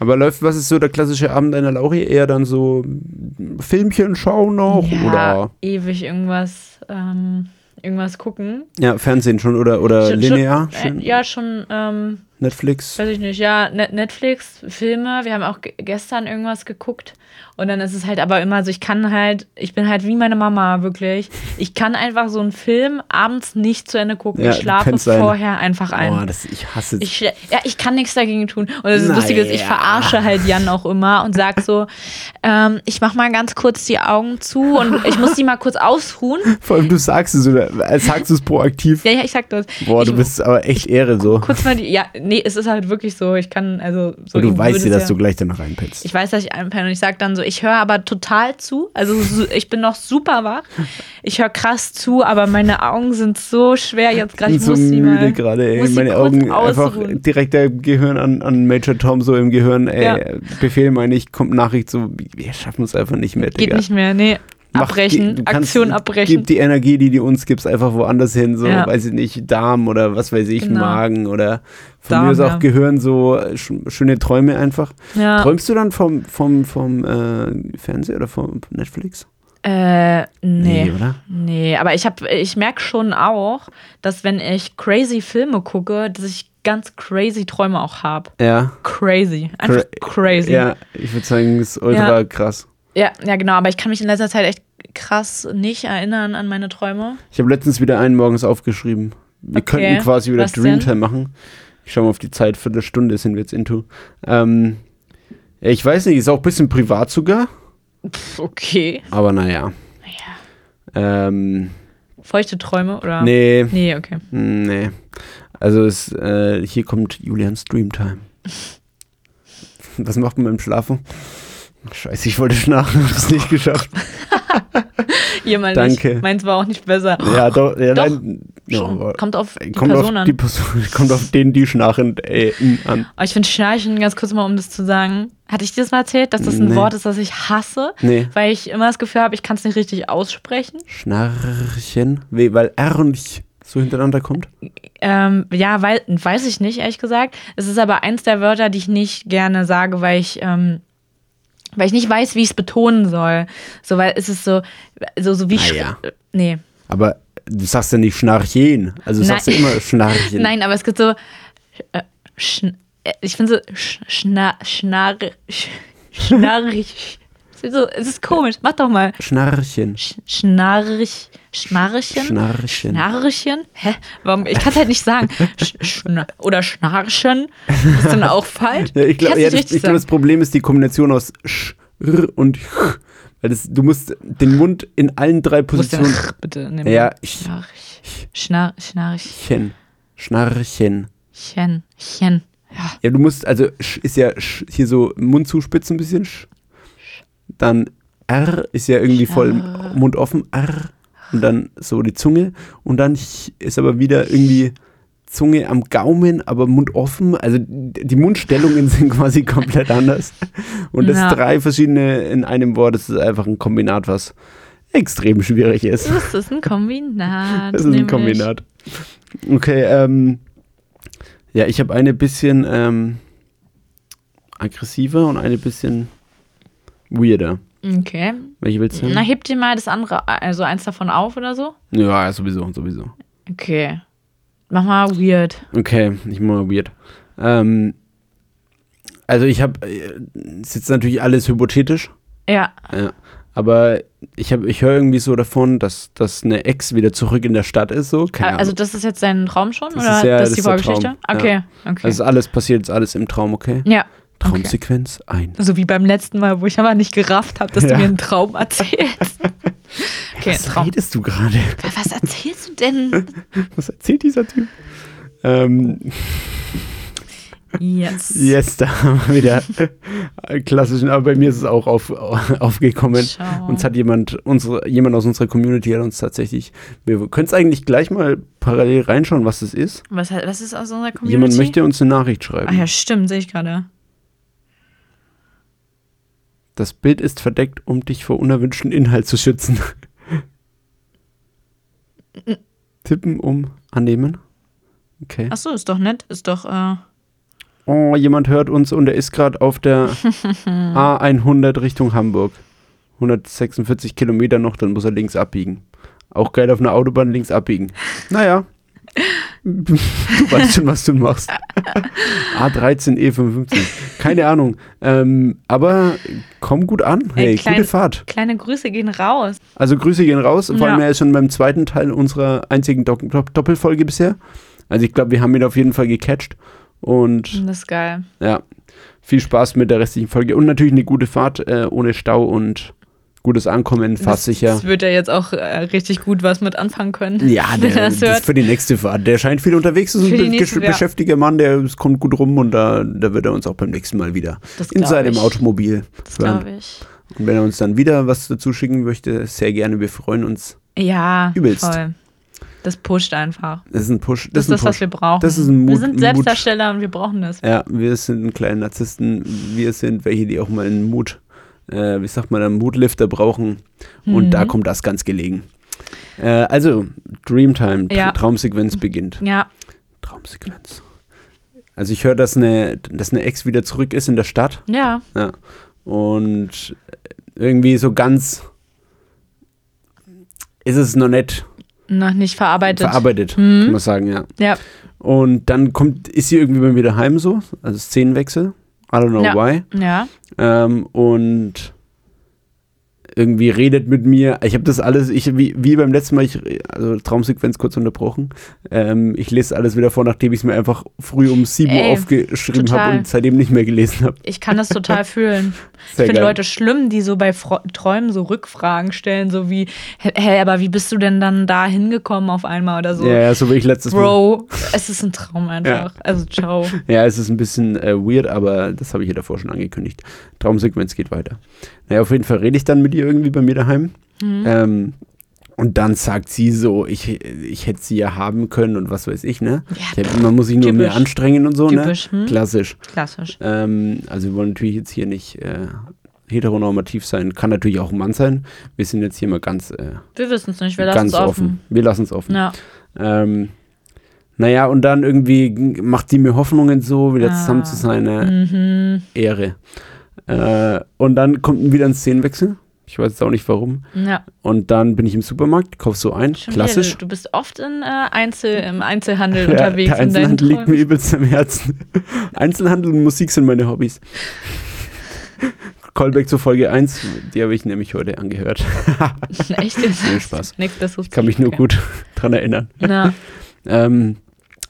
Speaker 1: Aber läuft, was ist so der klassische Abend einer Lauri? Eher dann so mm, Filmchen schauen noch
Speaker 2: ja,
Speaker 1: Oh, oder
Speaker 2: ewig irgendwas, ähm, irgendwas gucken.
Speaker 1: ja, Fernsehen schon oder, oder
Speaker 2: Schon-
Speaker 1: linear?
Speaker 2: Schon,
Speaker 1: Schön
Speaker 2: äh, ja, schon ähm,
Speaker 1: Netflix?
Speaker 2: Weiß ich nicht, ja, Net Netflix, Filme, wir haben auch ge- gestern irgendwas geguckt und dann ist es halt aber immer so, ich kann halt, ich bin halt wie meine Mama, wirklich. Ich kann einfach so einen Film abends nicht zu Ende gucken.
Speaker 1: Ja,
Speaker 2: ich
Speaker 1: du
Speaker 2: schlafe
Speaker 1: kennst deine-
Speaker 2: vorher einfach ein.
Speaker 1: Oh, das, ich hasse
Speaker 2: Ich, ja, ich kann nichts dagegen tun. Und das
Speaker 1: Naja.
Speaker 2: Lustige ist, ich verarsche halt Jan auch immer und sag so, ähm, ich mach mal ganz kurz die Augen zu und ich muss die mal kurz ausruhen.
Speaker 1: Vor allem du sagst es oder äh, sagst es proaktiv.
Speaker 2: Ja, ja, ich sag das.
Speaker 1: Boah, du
Speaker 2: ich,
Speaker 1: bist aber echt Ehre so.
Speaker 2: kurz mal die, ja, nee, es ist halt wirklich so, ich kann, also so.
Speaker 1: Und du
Speaker 2: ich
Speaker 1: weißt
Speaker 2: würde
Speaker 1: ja,
Speaker 2: es
Speaker 1: dass du gleich danach reinpetzt.
Speaker 2: Ich weiß, dass ich einpenne und ich sage dann so, ich höre aber total zu. Also su- ich bin noch super wach. Ich höre krass zu, aber meine Augen sind so schwer jetzt gerade.
Speaker 1: bin
Speaker 2: Ich
Speaker 1: so
Speaker 2: muss die
Speaker 1: müde
Speaker 2: mal,
Speaker 1: gerade, ey.
Speaker 2: muss die
Speaker 1: Meine
Speaker 2: kurz
Speaker 1: Augen einfach
Speaker 2: ausruhen.
Speaker 1: direkt der Gehirn an, an Major Tom so im Gehirn, ey.
Speaker 2: Ja.
Speaker 1: Befehl meine ich, kommt Nachricht so, wir schaffen es einfach nicht mehr,
Speaker 2: Geht
Speaker 1: Digga.
Speaker 2: nicht mehr, nee.
Speaker 1: Mach-
Speaker 2: abbrechen,
Speaker 1: geh- du kannst-
Speaker 2: Aktion abbrechen.
Speaker 1: Gib die Energie, die die uns gibst, einfach woanders hin, so,
Speaker 2: Ja.
Speaker 1: weiß ich nicht, Darm oder was weiß ich,
Speaker 2: Genau.
Speaker 1: Magen oder von
Speaker 2: Darm,
Speaker 1: mir ist auch
Speaker 2: ja.
Speaker 1: Gehirn so äh, sch schöne Träume einfach.
Speaker 2: Ja.
Speaker 1: Träumst du dann vom, vom, vom äh, Fernseher oder vom Netflix?
Speaker 2: Äh, nee.
Speaker 1: oder?
Speaker 2: Nee, aber ich habe, ich merke schon auch, dass wenn ich crazy Filme gucke, dass ich ganz crazy Träume auch habe.
Speaker 1: Ja.
Speaker 2: Crazy. Einfach crazy. Ja.
Speaker 1: Ja, ich würde sagen, ist ultra krass.
Speaker 2: ja, genau, aber ich kann mich in letzter Zeit echt krass nicht erinnern an meine Träume.
Speaker 1: Ich habe letztens wieder einen morgens aufgeschrieben. Wir
Speaker 2: Okay,
Speaker 1: könnten quasi wieder
Speaker 2: was denn?
Speaker 1: Dreamtime machen. Ich schaue mal auf die Zeit, Viertelstunde sind wir jetzt into. Ähm, ja, ich weiß nicht, ist auch ein bisschen privat sogar,
Speaker 2: Pff, okay.
Speaker 1: aber naja.
Speaker 2: Naja.
Speaker 1: Ähm,
Speaker 2: Feuchte Träume oder?
Speaker 1: nee,
Speaker 2: Nee, okay.
Speaker 1: nee. Also es, äh, hier kommt Julians Dreamtime. Was macht man beim Schlafen? Scheiße, ich wollte schnarchen, hab's nicht geschafft.
Speaker 2: Ihr mal
Speaker 1: Danke.
Speaker 2: nicht. Meins war auch nicht besser.
Speaker 1: Ja, doch, ja,
Speaker 2: Doch.
Speaker 1: nein. Ja,
Speaker 2: Schon.
Speaker 1: aber-
Speaker 2: kommt auf die
Speaker 1: kommt
Speaker 2: Person
Speaker 1: auf
Speaker 2: an.
Speaker 1: die Person, kommt auf den, die schnarchen, äh, m, an.
Speaker 2: Oh, ich finde Schnarchen, ganz kurz mal, um das zu sagen. Hatte ich dir das mal erzählt, dass das ein
Speaker 1: Nee.
Speaker 2: Wort ist, das ich hasse?
Speaker 1: Nee.
Speaker 2: Weil ich immer das Gefühl habe, ich kann es nicht richtig aussprechen.
Speaker 1: Schnarchen, weh, weil R und ich so hintereinander kommt.
Speaker 2: Ähm, ja, weil, weiß ich nicht, ehrlich gesagt. Es ist aber eins der Wörter, die ich nicht gerne sage, weil ich, ähm, weil ich nicht weiß, wie ich es betonen soll. So, weil es ist so, so, so wie Sch- äh,
Speaker 1: Naja.
Speaker 2: Nee.
Speaker 1: Aber du sagst ja nicht Schnarchen, also du
Speaker 2: Nein.
Speaker 1: sagst ja immer Schnarchen.
Speaker 2: Nein, aber es gibt so. Äh, schn, äh, ich finde so. Sch, schna, schnarr. Sch, schnarrig. Es ist so, es ist komisch. Mach doch mal.
Speaker 1: Schnarchen.
Speaker 2: Sch, schnarrig. Schnarrchen?
Speaker 1: Schnarchen.
Speaker 2: Schnarrchen? Hä? Warum? Ich kann es halt nicht sagen. Sch, schna, oder Schnarchen? Ist dann auch falsch?
Speaker 1: Ja, ich glaube,
Speaker 2: kann's
Speaker 1: ja,
Speaker 2: nicht
Speaker 1: das,
Speaker 2: richtig
Speaker 1: ich glaub, das
Speaker 2: sagen.
Speaker 1: Problem ist die Kombination aus Sch, R und Ch. Weil das, du musst den Mund in allen drei
Speaker 2: Du musst den
Speaker 1: Positionen.
Speaker 2: Ch bitte nehmen. ne?
Speaker 1: Ja, ich-
Speaker 2: Schnarch. Schnar, Schnarrchen.
Speaker 1: Chen. Schnarchen.
Speaker 2: Chen. Ja.
Speaker 1: Ja, du musst, also Sch ist ja Sch, hier so Mund zuspitzen ein bisschen. Sch. Dann R ist ja irgendwie voll im Mund offen. R. Und dann so die Zunge. Und dann Ch ist aber wieder irgendwie Zunge am Gaumen, aber Mund offen. Also die Mundstellungen sind quasi komplett anders. Und das
Speaker 2: Ja.
Speaker 1: drei verschiedene in einem Wort, das ist einfach ein Kombinat, was extrem schwierig ist.
Speaker 2: Das ist ein Kombinat.
Speaker 1: Das ist ein
Speaker 2: nämlich.
Speaker 1: Kombinat. Okay, ähm, ja, ich habe eine bisschen ähm, aggressiver und eine bisschen weirder.
Speaker 2: Okay.
Speaker 1: Welche willst du?
Speaker 2: Na, heb dir mal das andere, also eins davon auf oder so.
Speaker 1: Ja, sowieso, sowieso.
Speaker 2: Okay. Mach mal weird.
Speaker 1: Okay, ich mache mal weird. Ähm, also ich habe, äh, ist jetzt natürlich alles hypothetisch,
Speaker 2: Ja.
Speaker 1: ja, aber ich habe, ich höre irgendwie so davon, dass, dass eine Ex wieder zurück in der Stadt ist, so. Keine
Speaker 2: Also
Speaker 1: Ahnung.
Speaker 2: das ist jetzt dein Traum schon?
Speaker 1: Das
Speaker 2: oder
Speaker 1: ist ja-
Speaker 2: das
Speaker 1: das
Speaker 2: ist die
Speaker 1: ist der
Speaker 2: Vorgeschichte?
Speaker 1: Traum,
Speaker 2: Okay, okay.
Speaker 1: Also alles passiert, ist alles im Traum, okay?
Speaker 2: ja. Okay.
Speaker 1: Traumsequenz ein.
Speaker 2: So wie beim letzten Mal, wo ich aber nicht gerafft habe, dass
Speaker 1: Ja.
Speaker 2: du mir einen Traum erzählst. Okay,
Speaker 1: Was
Speaker 2: Traum.
Speaker 1: redest du gerade?
Speaker 2: Was erzählst du denn?
Speaker 1: Was erzählt dieser Typ? Ähm,
Speaker 2: Yes.
Speaker 1: yes, da haben wir wieder einen klassischen, aber bei mir ist es auch auf, aufgekommen.
Speaker 2: Schau.
Speaker 1: Uns hat jemand, unsere, jemand aus unserer Community hat uns tatsächlich, wir können es eigentlich gleich mal parallel reinschauen, was es ist.
Speaker 2: Was, hat- was ist aus unserer Community?
Speaker 1: Jemand möchte uns eine Nachricht
Speaker 2: Ach
Speaker 1: schreiben.
Speaker 2: ja, stimmt, sehe ich gerade.
Speaker 1: Das Bild ist verdeckt, um dich vor unerwünschten Inhalt zu schützen. Tippen um annehmen. Okay.
Speaker 2: Achso, ist doch nett. Ist doch, äh,
Speaker 1: Oh, jemand hört uns und er ist gerade auf der A100 Richtung Hamburg. 146 Kilometer noch, dann muss er links abbiegen. Auch geil auf einer Autobahn links abbiegen. Naja. Du weißt schon, was du machst. A13, E55. Keine Ahnung. Ähm, aber komm gut an. Hey,
Speaker 2: klein-
Speaker 1: gute Fahrt.
Speaker 2: kleine Grüße gehen raus.
Speaker 1: Also Grüße gehen raus. Vor allem,
Speaker 2: Ja.
Speaker 1: er ist schon beim zweiten Teil unserer einzigen Dopp- Dopp- Doppelfolge bisher. Also ich glaube, wir haben ihn auf jeden Fall gecatcht. Und
Speaker 2: Das ist geil.
Speaker 1: ja, viel Spaß mit der restlichen Folge und natürlich eine gute Fahrt äh, ohne Stau und gutes Ankommen, fahrsicher.
Speaker 2: Das wird er jetzt auch äh, richtig gut was mit anfangen können.
Speaker 1: Ja,
Speaker 2: wenn er
Speaker 1: der
Speaker 2: das
Speaker 1: das
Speaker 2: hört.
Speaker 1: ist für die nächste Fahrt. Der scheint viel unterwegs, ist ein
Speaker 2: Für die
Speaker 1: be-
Speaker 2: nächste,
Speaker 1: gesch-
Speaker 2: ja.
Speaker 1: beschäftigter Mann, der es kommt gut rum und da, da wird er uns auch beim nächsten Mal wieder
Speaker 2: Das
Speaker 1: in
Speaker 2: glaub
Speaker 1: seinem
Speaker 2: ich.
Speaker 1: Automobil
Speaker 2: Das
Speaker 1: hören.
Speaker 2: glaube ich.
Speaker 1: Und wenn er uns dann wieder was dazu schicken möchte, sehr gerne, wir freuen uns.
Speaker 2: Ja,
Speaker 1: Übelst.
Speaker 2: voll. Das pusht einfach.
Speaker 1: Das ist ein Push.
Speaker 2: Das, ist das,
Speaker 1: ein
Speaker 2: was
Speaker 1: Push.
Speaker 2: wir brauchen.
Speaker 1: Das ist ein Mut.
Speaker 2: wir sind
Speaker 1: Mut.
Speaker 2: Selbstdarsteller und wir brauchen das.
Speaker 1: Ja, wir sind kleine Narzissten. Wir sind welche, die auch mal einen Mut, äh, wie sagt man, einen Mutlifter brauchen. Und
Speaker 2: Mhm.
Speaker 1: da kommt das ganz gelegen. Äh, also, Dreamtime, Tra-
Speaker 2: Ja.
Speaker 1: Traumsequenz beginnt.
Speaker 2: Ja,
Speaker 1: Traumsequenz. Also ich höre, dass eine, dass eine Ex wieder zurück ist in der Stadt.
Speaker 2: ja.
Speaker 1: Ja. Und irgendwie so ganz ist es noch nicht
Speaker 2: Noch nicht verarbeitet. Mhm.
Speaker 1: verarbeitet, kann man sagen, ja.
Speaker 2: Ja,
Speaker 1: Und dann kommt, ist sie irgendwie bei mir daheim so, also Szenenwechsel. I don't know
Speaker 2: Ja.
Speaker 1: why.
Speaker 2: ja.
Speaker 1: Ähm, und irgendwie redet mit mir. Ich habe das alles, ich, wie, wie beim letzten Mal, ich, also Traumsequenz kurz unterbrochen. Ähm, ich lese alles wieder vor, nachdem ich es mir einfach früh um 7 Uhr
Speaker 2: Ey,
Speaker 1: aufgeschrieben
Speaker 2: total.
Speaker 1: habe und seitdem nicht mehr gelesen habe.
Speaker 2: Ich kann das total fühlen. Ich
Speaker 1: Sehr
Speaker 2: finde
Speaker 1: geil.
Speaker 2: Leute schlimm, die so bei Fro Träumen so Rückfragen stellen, so wie, hä, hey, aber wie bist du denn dann da hingekommen auf einmal oder so?
Speaker 1: Ja, ja, so wie ich letztes Mal.
Speaker 2: Bro, es ist ein Traum einfach. Also ciao.
Speaker 1: Ja, es ist ein bisschen äh, weird, aber das habe ich ja davor schon angekündigt. Traumsequenz geht weiter. Naja, auf jeden Fall rede ich dann mit ihr irgendwie bei mir daheim.
Speaker 2: Mhm.
Speaker 1: Ähm, und dann sagt sie so, ich, ich hätte sie ja haben können und was weiß ich, ne?
Speaker 2: Ja,
Speaker 1: ich hab, man muss sich nur mehr
Speaker 2: typisch.
Speaker 1: anstrengen und so,
Speaker 2: Typisch,
Speaker 1: ne?
Speaker 2: hm?
Speaker 1: Klassisch.
Speaker 2: Klassisch.
Speaker 1: Ähm, also wir wollen natürlich jetzt hier nicht äh, heteronormativ sein. Kann natürlich auch ein Mann sein. Wir sind jetzt hier mal ganz, äh,
Speaker 2: Wir wissen es nicht, wir lassen
Speaker 1: ganz
Speaker 2: es
Speaker 1: offen.
Speaker 2: offen.
Speaker 1: Wir lassen es offen.
Speaker 2: Ja.
Speaker 1: Ähm, naja, und dann irgendwie g- macht die mir Hoffnungen so, wieder
Speaker 2: Ah.
Speaker 1: zusammen zu sein. Ne?
Speaker 2: Mhm.
Speaker 1: Ehre. Äh, und dann kommt wieder ein Szenenwechsel. Ich weiß jetzt auch nicht warum.
Speaker 2: ja.
Speaker 1: Und dann bin ich im Supermarkt, kauf so ein.
Speaker 2: Schon
Speaker 1: klassisch.
Speaker 2: Wieder, du- du bist oft in, äh, Einzel, im Einzelhandel
Speaker 1: Ja,
Speaker 2: unterwegs.
Speaker 1: der
Speaker 2: in deinen
Speaker 1: Einzelhandel liegt mir
Speaker 2: Träumen.
Speaker 1: übelst am Herzen. Einzelhandel und Musik sind meine Hobbys. Callback zur Folge 1, die habe ich nämlich heute angehört.
Speaker 2: Echt jetzt?
Speaker 1: Nee, Spaß.
Speaker 2: Nix, das ist
Speaker 1: Kann mich nur gut dran erinnern.
Speaker 2: Ja.
Speaker 1: Ähm,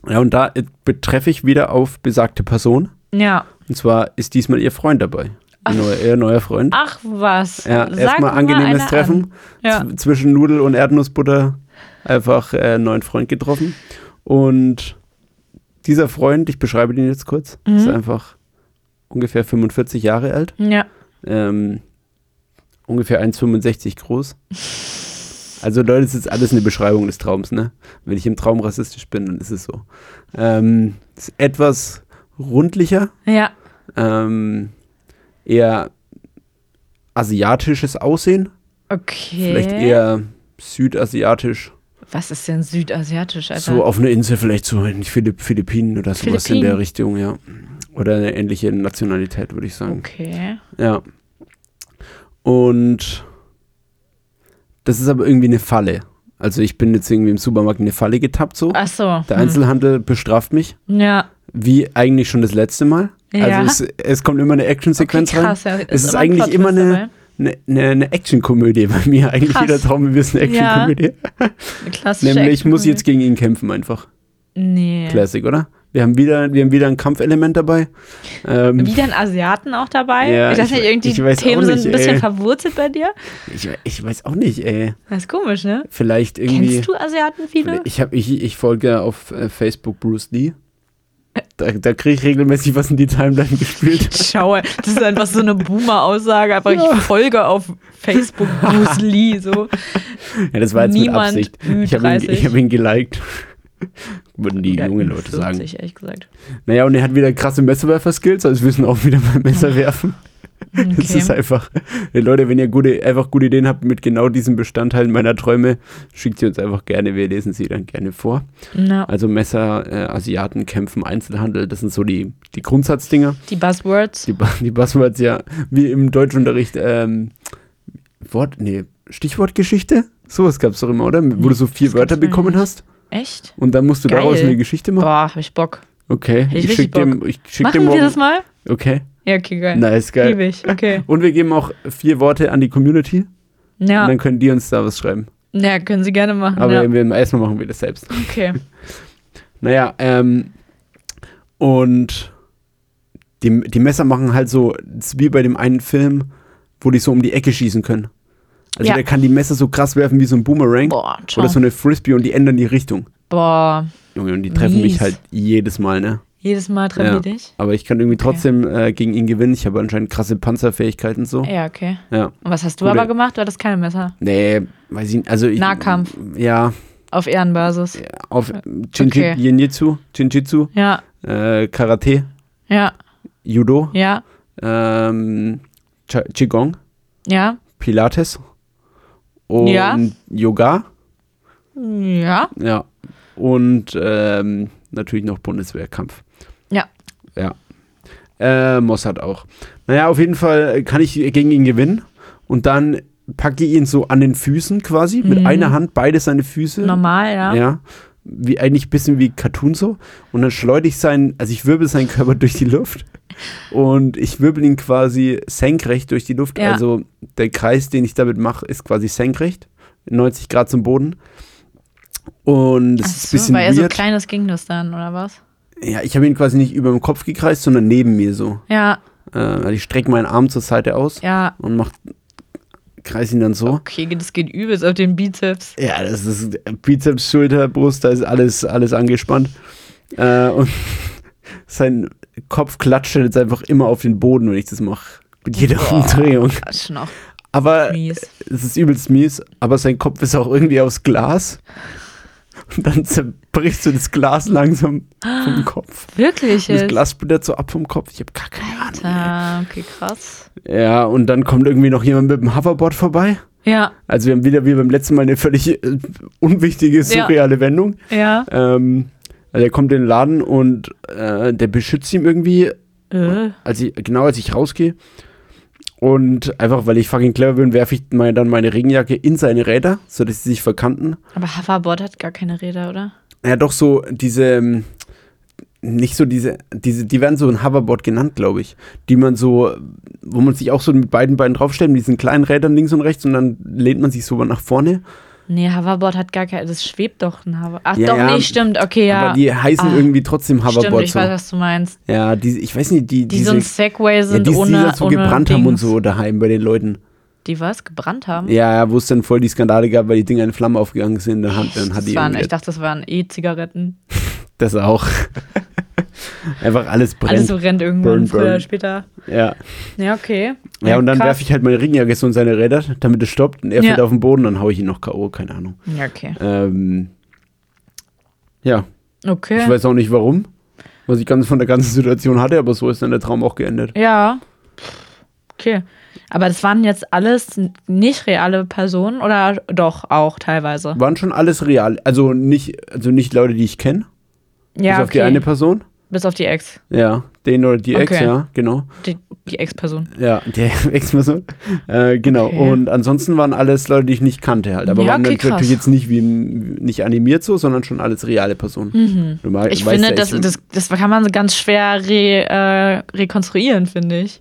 Speaker 1: ja, und da äh, betreffe ich wieder auf besagte Person.
Speaker 2: ja.
Speaker 1: Und zwar ist diesmal ihr Freund dabei. Ihr neuer, ihr neuer Freund.
Speaker 2: Ach was.
Speaker 1: Ja,
Speaker 2: Ah, Sag
Speaker 1: erstmal
Speaker 2: mal
Speaker 1: angenehmes
Speaker 2: einer
Speaker 1: Treffen.
Speaker 2: an. Ja.
Speaker 1: Z- Zwischen Nudel und Erdnussbutter einfach äh, einen neuen Freund getroffen. Und dieser Freund, ich beschreibe den jetzt kurz, ist einfach ungefähr 45 Jahre alt,
Speaker 2: an. Ja.
Speaker 1: ähm, ungefähr 1,65 groß. Also Leute, das ist alles eine Beschreibung des Traums, ne? Wenn ich im Traum rassistisch bin, dann ist es so. Ähm, ist etwas rundlicher,
Speaker 2: Ja.
Speaker 1: ähm, eher asiatisches Aussehen.
Speaker 2: Okay.
Speaker 1: Vielleicht eher südasiatisch.
Speaker 2: Was ist denn südasiatisch, Alter?
Speaker 1: So auf einer Insel, vielleicht so in Philipp, Philippinen oder sowas in
Speaker 2: Philippinen.
Speaker 1: der Richtung, ja. Oder eine ähnliche Nationalität, würde ich sagen.
Speaker 2: okay.
Speaker 1: Ja. Und das ist aber irgendwie eine Falle. Also ich bin jetzt irgendwie im Supermarkt in eine Falle getappt so.
Speaker 2: Ach so.
Speaker 1: Oh, Der Einzelhandel bestraft mich,
Speaker 2: Ah. Hm. Ja.
Speaker 1: wie eigentlich schon das letzte Mal.
Speaker 2: Ja.
Speaker 1: Also es, es kommt immer eine Actionsequenz
Speaker 2: Okay,
Speaker 1: rein.
Speaker 2: krass, ja.
Speaker 1: es
Speaker 2: Ist
Speaker 1: ist,
Speaker 2: immer ein
Speaker 1: eigentlich
Speaker 2: Plot
Speaker 1: immer
Speaker 2: Twist
Speaker 1: eine, eine, eine, eine Actionkomödie bei mir. Eigentlich
Speaker 2: Krass.
Speaker 1: jeder Traum ist eine
Speaker 2: Ja.
Speaker 1: Actionkomödie.
Speaker 2: Eine klassische
Speaker 1: Nämlich, ich muss
Speaker 2: Action-Komödie.
Speaker 1: jetzt gegen ihn kämpfen einfach.
Speaker 2: Nee.
Speaker 1: Classic, oder? Wir haben wieder, wir haben wieder ein Kampfelement dabei. Ähm,
Speaker 2: Wieder ein Asiaten auch dabei?
Speaker 1: Ja,
Speaker 2: ich weiß
Speaker 1: ich-
Speaker 2: nicht, irgendwie
Speaker 1: ich weiß auch
Speaker 2: Themen sind ein
Speaker 1: nicht,
Speaker 2: bisschen
Speaker 1: ey.
Speaker 2: verwurzelt bei dir.
Speaker 1: ich, ich weiß auch nicht, ey.
Speaker 2: Das ist komisch, ne?
Speaker 1: Vielleicht irgendwie.
Speaker 2: Kennst du Asiaten viele?
Speaker 1: Ich, hab, ich, ich folge ja auf äh, Facebook Bruce Lee. Da, da kriege ich regelmäßig was in die Timeline gespielt.
Speaker 2: Schaue. Das ist einfach so eine Boomer-Aussage. Einfach, ich folge auf Facebook Bruce Lee. So.
Speaker 1: Ja, das war jetzt
Speaker 2: Niemand
Speaker 1: mit Absicht.
Speaker 2: Ü30.
Speaker 1: Ich habe ihn, ich hab ihn geliked. Würden die
Speaker 2: Ja,
Speaker 1: jungen Leute sagen.
Speaker 2: 40, ehrlich gesagt.
Speaker 1: Naja, und er hat wieder krasse Messerwerfer-Skills, also wir müssen auch wieder mal Messer werfen.
Speaker 2: Okay.
Speaker 1: Es ist halt einfach, Hey, Leute, wenn ihr gute, einfach gute Ideen habt mit genau diesen Bestandteilen meiner Träume, schickt sie uns einfach gerne, wir lesen sie dann gerne vor.
Speaker 2: Na,
Speaker 1: Also Messer, äh, Asiaten kämpfen, Einzelhandel, das sind so die, die Grundsatzdinger.
Speaker 2: die Buzzwords.
Speaker 1: Die, Ba- die Buzzwords ja, wie im Deutschunterricht, ähm, Wort, nee, Stichwortgeschichte? Sowas gab's doch immer, oder? Wo du so vier
Speaker 2: das gab's
Speaker 1: Wörter
Speaker 2: bei mir
Speaker 1: bekommen
Speaker 2: nicht.
Speaker 1: hast
Speaker 2: Echt?
Speaker 1: und dann musst du
Speaker 2: Geil.
Speaker 1: daraus eine Geschichte machen.
Speaker 2: Boah, hab ich Bock.
Speaker 1: Okay, ich,
Speaker 2: ich richtig
Speaker 1: schick dem, ich schick dem
Speaker 2: Machen wir
Speaker 1: morgen.
Speaker 2: das mal?
Speaker 1: Okay,
Speaker 2: Ja, okay, geil.
Speaker 1: nice, geil.
Speaker 2: Liebe ich, okay.
Speaker 1: Und wir geben auch vier Worte an die Community und
Speaker 2: Ja,
Speaker 1: dann können die uns da was schreiben.
Speaker 2: ja können Sie gerne machen.
Speaker 1: Aber
Speaker 2: ja.
Speaker 1: wir- erstmal machen wir das selbst.
Speaker 2: Okay.
Speaker 1: Naja, ähm, und die, die Messer machen halt so, es ist wie bei dem einen Film, wo die so um die Ecke schießen können. Also
Speaker 2: Ja.
Speaker 1: der kann die Messer so krass werfen wie so ein Boomerang
Speaker 2: Boah, ciao.
Speaker 1: oder so eine Frisbee und die ändern die Richtung.
Speaker 2: Boah,
Speaker 1: Junge, und die treffen mich
Speaker 2: Mies.
Speaker 1: halt jedes Mal, ne?
Speaker 2: jedes Mal treffen
Speaker 1: Ja.
Speaker 2: die dich?
Speaker 1: Aber ich kann irgendwie trotzdem äh, gegen ihn gewinnen. Ich habe anscheinend krasse Panzerfähigkeiten so.
Speaker 2: Ja, okay.
Speaker 1: Ja.
Speaker 2: Und was hast du
Speaker 1: Coole-
Speaker 2: aber gemacht? Du hattest keine Messer.
Speaker 1: Nee, weiß ich nicht. Also ich,
Speaker 2: Nahkampf.
Speaker 1: Ja,
Speaker 2: Auf Ehrenbasis.
Speaker 1: auf Jinji,
Speaker 2: Okay.
Speaker 1: Jiu-Jitsu, Jinjitsu,
Speaker 2: Ja,
Speaker 1: äh, Karate,
Speaker 2: ja,
Speaker 1: Judo,
Speaker 2: ja,
Speaker 1: ähm, Ch- Qigong,
Speaker 2: ja,
Speaker 1: Pilates und
Speaker 2: Ja.
Speaker 1: Yoga.
Speaker 2: ja.
Speaker 1: Ja. Und ähm, natürlich noch Bundeswehrkampf.
Speaker 2: Ja.
Speaker 1: Ja. Äh, Mossad auch. Naja, auf jeden Fall kann ich gegen ihn gewinnen und dann packe ich ihn so an den Füßen quasi, mit einer Hand beide seine Füße.
Speaker 2: Mhm. Normal, ja.
Speaker 1: Ja. Wie, eigentlich ein bisschen wie Cartoon so. Und dann schleudere ich seinen, also ich wirbel seinen Körper durch die Luft und ich wirbel ihn quasi senkrecht durch die Luft.
Speaker 2: Ja.
Speaker 1: Also der Kreis, den ich damit mache, ist quasi senkrecht, 90 Grad zum Boden. Und es
Speaker 2: Ach
Speaker 1: ist
Speaker 2: so,
Speaker 1: ein bisschen
Speaker 2: weil er so
Speaker 1: weird.
Speaker 2: klein ist, ging das dann, oder was?
Speaker 1: ja, ich habe ihn quasi nicht über dem Kopf gekreist, sondern neben mir so.
Speaker 2: Ja,
Speaker 1: Äh, also ich strecke meinen Arm zur Seite aus
Speaker 2: ja.
Speaker 1: und mach, kreise ihn dann so.
Speaker 2: Okay, das geht übelst auf den Bizeps.
Speaker 1: Ja, das ist Bizeps, Schulter, Brust, da ist alles, alles angespannt. Äh, und sein Kopf klatscht jetzt einfach immer auf den Boden, wenn ich das mache. Mit jeder Umdrehung.
Speaker 2: Das ist schon auch
Speaker 1: Aber
Speaker 2: mies.
Speaker 1: es ist übelst mies, aber sein Kopf ist auch irgendwie aus Glas. Und dann zerbricht so das Glas langsam vom Kopf. Das
Speaker 2: Wirklich jetzt.
Speaker 1: Glas splittert so ab vom Kopf. Ich habe gar keine Ahnung.
Speaker 2: Ah, okay, krass.
Speaker 1: Ja, und dann kommt irgendwie noch jemand mit dem Hoverboard vorbei.
Speaker 2: Ja,
Speaker 1: Also wir haben wieder wie beim letzten Mal eine völlig äh, unwichtige,
Speaker 2: Ja.
Speaker 1: surreale Wendung.
Speaker 2: ja.
Speaker 1: Ähm, also er kommt in den Laden und äh, der beschützt ihn irgendwie,
Speaker 2: Äh,
Speaker 1: als ich, genau als ich rausgehe. Und einfach, weil ich fucking clever bin, werfe ich meine, dann meine Regenjacke in seine Räder, sodass sie sich verkanten.
Speaker 2: Aber Hoverboard hat gar keine Räder, oder?
Speaker 1: Ja, doch so diese, ähm, nicht so diese, diese, die werden so ein Hoverboard genannt, glaube ich. Die man so, wo man sich auch so mit beiden Beinen draufstellt, mit diesen kleinen Rädern links und rechts und dann lehnt man sich so nach vorne.
Speaker 2: Nee, Hoverboard hat gar keine. Das schwebt doch ein Hoverboard. Ach
Speaker 1: Ja,
Speaker 2: doch,
Speaker 1: ja.
Speaker 2: nee, stimmt. Okay, ja.
Speaker 1: Aber die heißen
Speaker 2: Ah,
Speaker 1: irgendwie trotzdem Hoverboard.
Speaker 2: Stimmt, ich
Speaker 1: so.
Speaker 2: weiß, was du meinst.
Speaker 1: Ja, die, ich weiß nicht, die,
Speaker 2: Die
Speaker 1: diese
Speaker 2: so ein Segway
Speaker 1: ja,
Speaker 2: sind
Speaker 1: die,
Speaker 2: ohne.
Speaker 1: die dazu
Speaker 2: ohne
Speaker 1: gebrannt
Speaker 2: Dings. Mhm.
Speaker 1: haben und so daheim bei den Leuten.
Speaker 2: Die was? Gebrannt haben?
Speaker 1: Ja, ja, wo es dann voll die Skandale gab, weil die Dinger in Flammen aufgegangen sind. Dann hat, dann hat
Speaker 2: das
Speaker 1: die
Speaker 2: waren,
Speaker 1: irgendwie-
Speaker 2: ich dachte, das waren E-Zigaretten.
Speaker 1: das auch. Einfach alles brennt.
Speaker 2: Alles so rennt irgendwann
Speaker 1: Burn,
Speaker 2: früher
Speaker 1: burn.
Speaker 2: oder später.
Speaker 1: ja.
Speaker 2: Ja, okay.
Speaker 1: ja, und dann
Speaker 2: krass.
Speaker 1: werfe ich halt meine Regenjacke so in seine Räder, damit es stoppt. Und er
Speaker 2: Ja.
Speaker 1: fällt auf den Boden, dann hau ich ihn noch K.O., keine Ahnung.
Speaker 2: Ja, okay.
Speaker 1: Ähm, ja, ich
Speaker 2: Okay.
Speaker 1: weiß auch nicht warum, was ich ganz von der ganzen Situation hatte, aber so ist dann der Traum auch geendet.
Speaker 2: Ja. Okay. Aber das waren jetzt alles n- nicht reale Personen oder doch auch teilweise?
Speaker 1: Waren schon alles real. Also nicht, also nicht Leute, die ich kenne,
Speaker 2: Ja,
Speaker 1: bis
Speaker 2: okay.
Speaker 1: auf die eine Person.
Speaker 2: Bis auf die Ex.
Speaker 1: Ja, den oder die Ex,
Speaker 2: Okay.
Speaker 1: ja, genau.
Speaker 2: Die, die Ex-Person.
Speaker 1: Ja, der Ex-Person. Äh, genau.
Speaker 2: Okay.
Speaker 1: Und ansonsten waren alles Leute, die ich nicht kannte halt. Aber
Speaker 2: Ja,
Speaker 1: waren
Speaker 2: okay,
Speaker 1: natürlich
Speaker 2: krass.
Speaker 1: jetzt nicht wie nicht animiert so, sondern schon alles reale Personen. Du mei-
Speaker 2: Mhm. Ich
Speaker 1: Äh, weißt
Speaker 2: finde,
Speaker 1: ja,
Speaker 2: das,
Speaker 1: ich-
Speaker 2: das, das kann man ganz schwer re, äh, rekonstruieren, finde ich.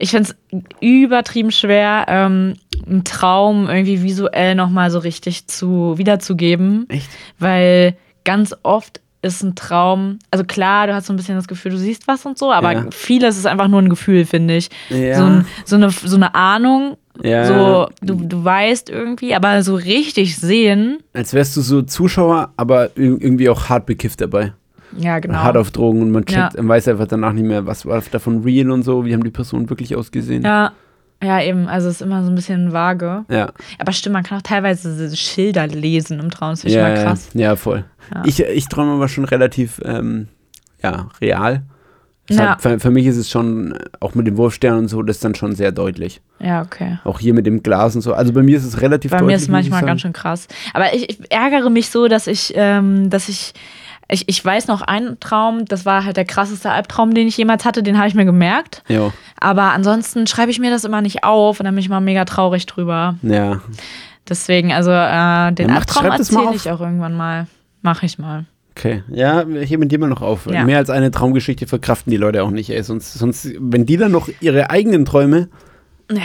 Speaker 2: Ich finde es übertrieben schwer, ähm, einen Traum irgendwie visuell nochmal so richtig zu wiederzugeben,
Speaker 1: Echt?
Speaker 2: weil ganz oft ist ein Traum, also klar, du hast so ein bisschen das Gefühl, du siehst was und so, aber
Speaker 1: Ja.
Speaker 2: vieles ist einfach nur ein Gefühl, finde ich.
Speaker 1: Ja.
Speaker 2: So, ein, so, eine, so eine Ahnung,
Speaker 1: Ja.
Speaker 2: so du, du weißt irgendwie, aber so richtig sehen,
Speaker 1: Als wärst du so Zuschauer, aber ir- irgendwie auch hart bekifft dabei.
Speaker 2: ja genau.
Speaker 1: Hart auf Drogen und man checkt,
Speaker 2: Ja.
Speaker 1: man weiß einfach danach nicht mehr, was war davon real und so, wie haben die Personen wirklich ausgesehen.
Speaker 2: Ja, ja, eben. Also es ist immer so ein bisschen vage.
Speaker 1: Ja,
Speaker 2: Aber stimmt, man kann auch teilweise diese Schilder lesen im Traum. Das finde ich
Speaker 1: ja,
Speaker 2: mal
Speaker 1: ja,
Speaker 2: krass.
Speaker 1: ja, voll.
Speaker 2: Ja.
Speaker 1: Ich, ich träume aber schon relativ ähm, ja, real. Deshalb,
Speaker 2: Ja.
Speaker 1: für, für mich ist es schon, äh, auch mit dem Wurfstern und so, das ist dann schon sehr deutlich.
Speaker 2: Ja, okay.
Speaker 1: Auch hier mit dem Glas und so. Also bei mir ist es relativ
Speaker 2: Bei
Speaker 1: deutlich.
Speaker 2: mir ist es
Speaker 1: muss ich
Speaker 2: manchmal
Speaker 1: sagen.
Speaker 2: ganz schön krass. Aber ich, ich ärgere mich so, dass ich, ähm, dass ich, ich, ich weiß noch einen Traum, das war halt der krasseste Albtraum, den ich jemals hatte, den habe ich mir gemerkt.
Speaker 1: Ja,
Speaker 2: Aber ansonsten schreibe ich mir das immer nicht auf und dann bin ich mal mega traurig drüber.
Speaker 1: ja.
Speaker 2: Deswegen, also äh, den
Speaker 1: Ja, mach-
Speaker 2: Albtraum
Speaker 1: schreib das mal
Speaker 2: erzähle
Speaker 1: auf.
Speaker 2: ich auch irgendwann mal. Mache ich mal.
Speaker 1: Okay. Ja, hier mit dir mal noch auf.
Speaker 2: Ja.
Speaker 1: Mehr als eine Traumgeschichte verkraften die Leute auch nicht, ey. Sonst, sonst wenn die dann noch ihre eigenen Träume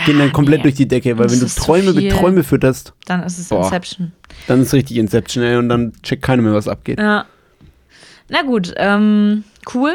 Speaker 1: gehen dann komplett durch die Decke, weil
Speaker 2: Ah, Das
Speaker 1: wenn du
Speaker 2: ist zu
Speaker 1: Träume
Speaker 2: viel.
Speaker 1: mit Träume fütterst,
Speaker 2: Dann ist es
Speaker 1: Boah.
Speaker 2: Inception.
Speaker 1: dann ist richtig Inception, ey, und dann checkt keiner mehr, was abgeht.
Speaker 2: Ja. Na gut, ähm, cool.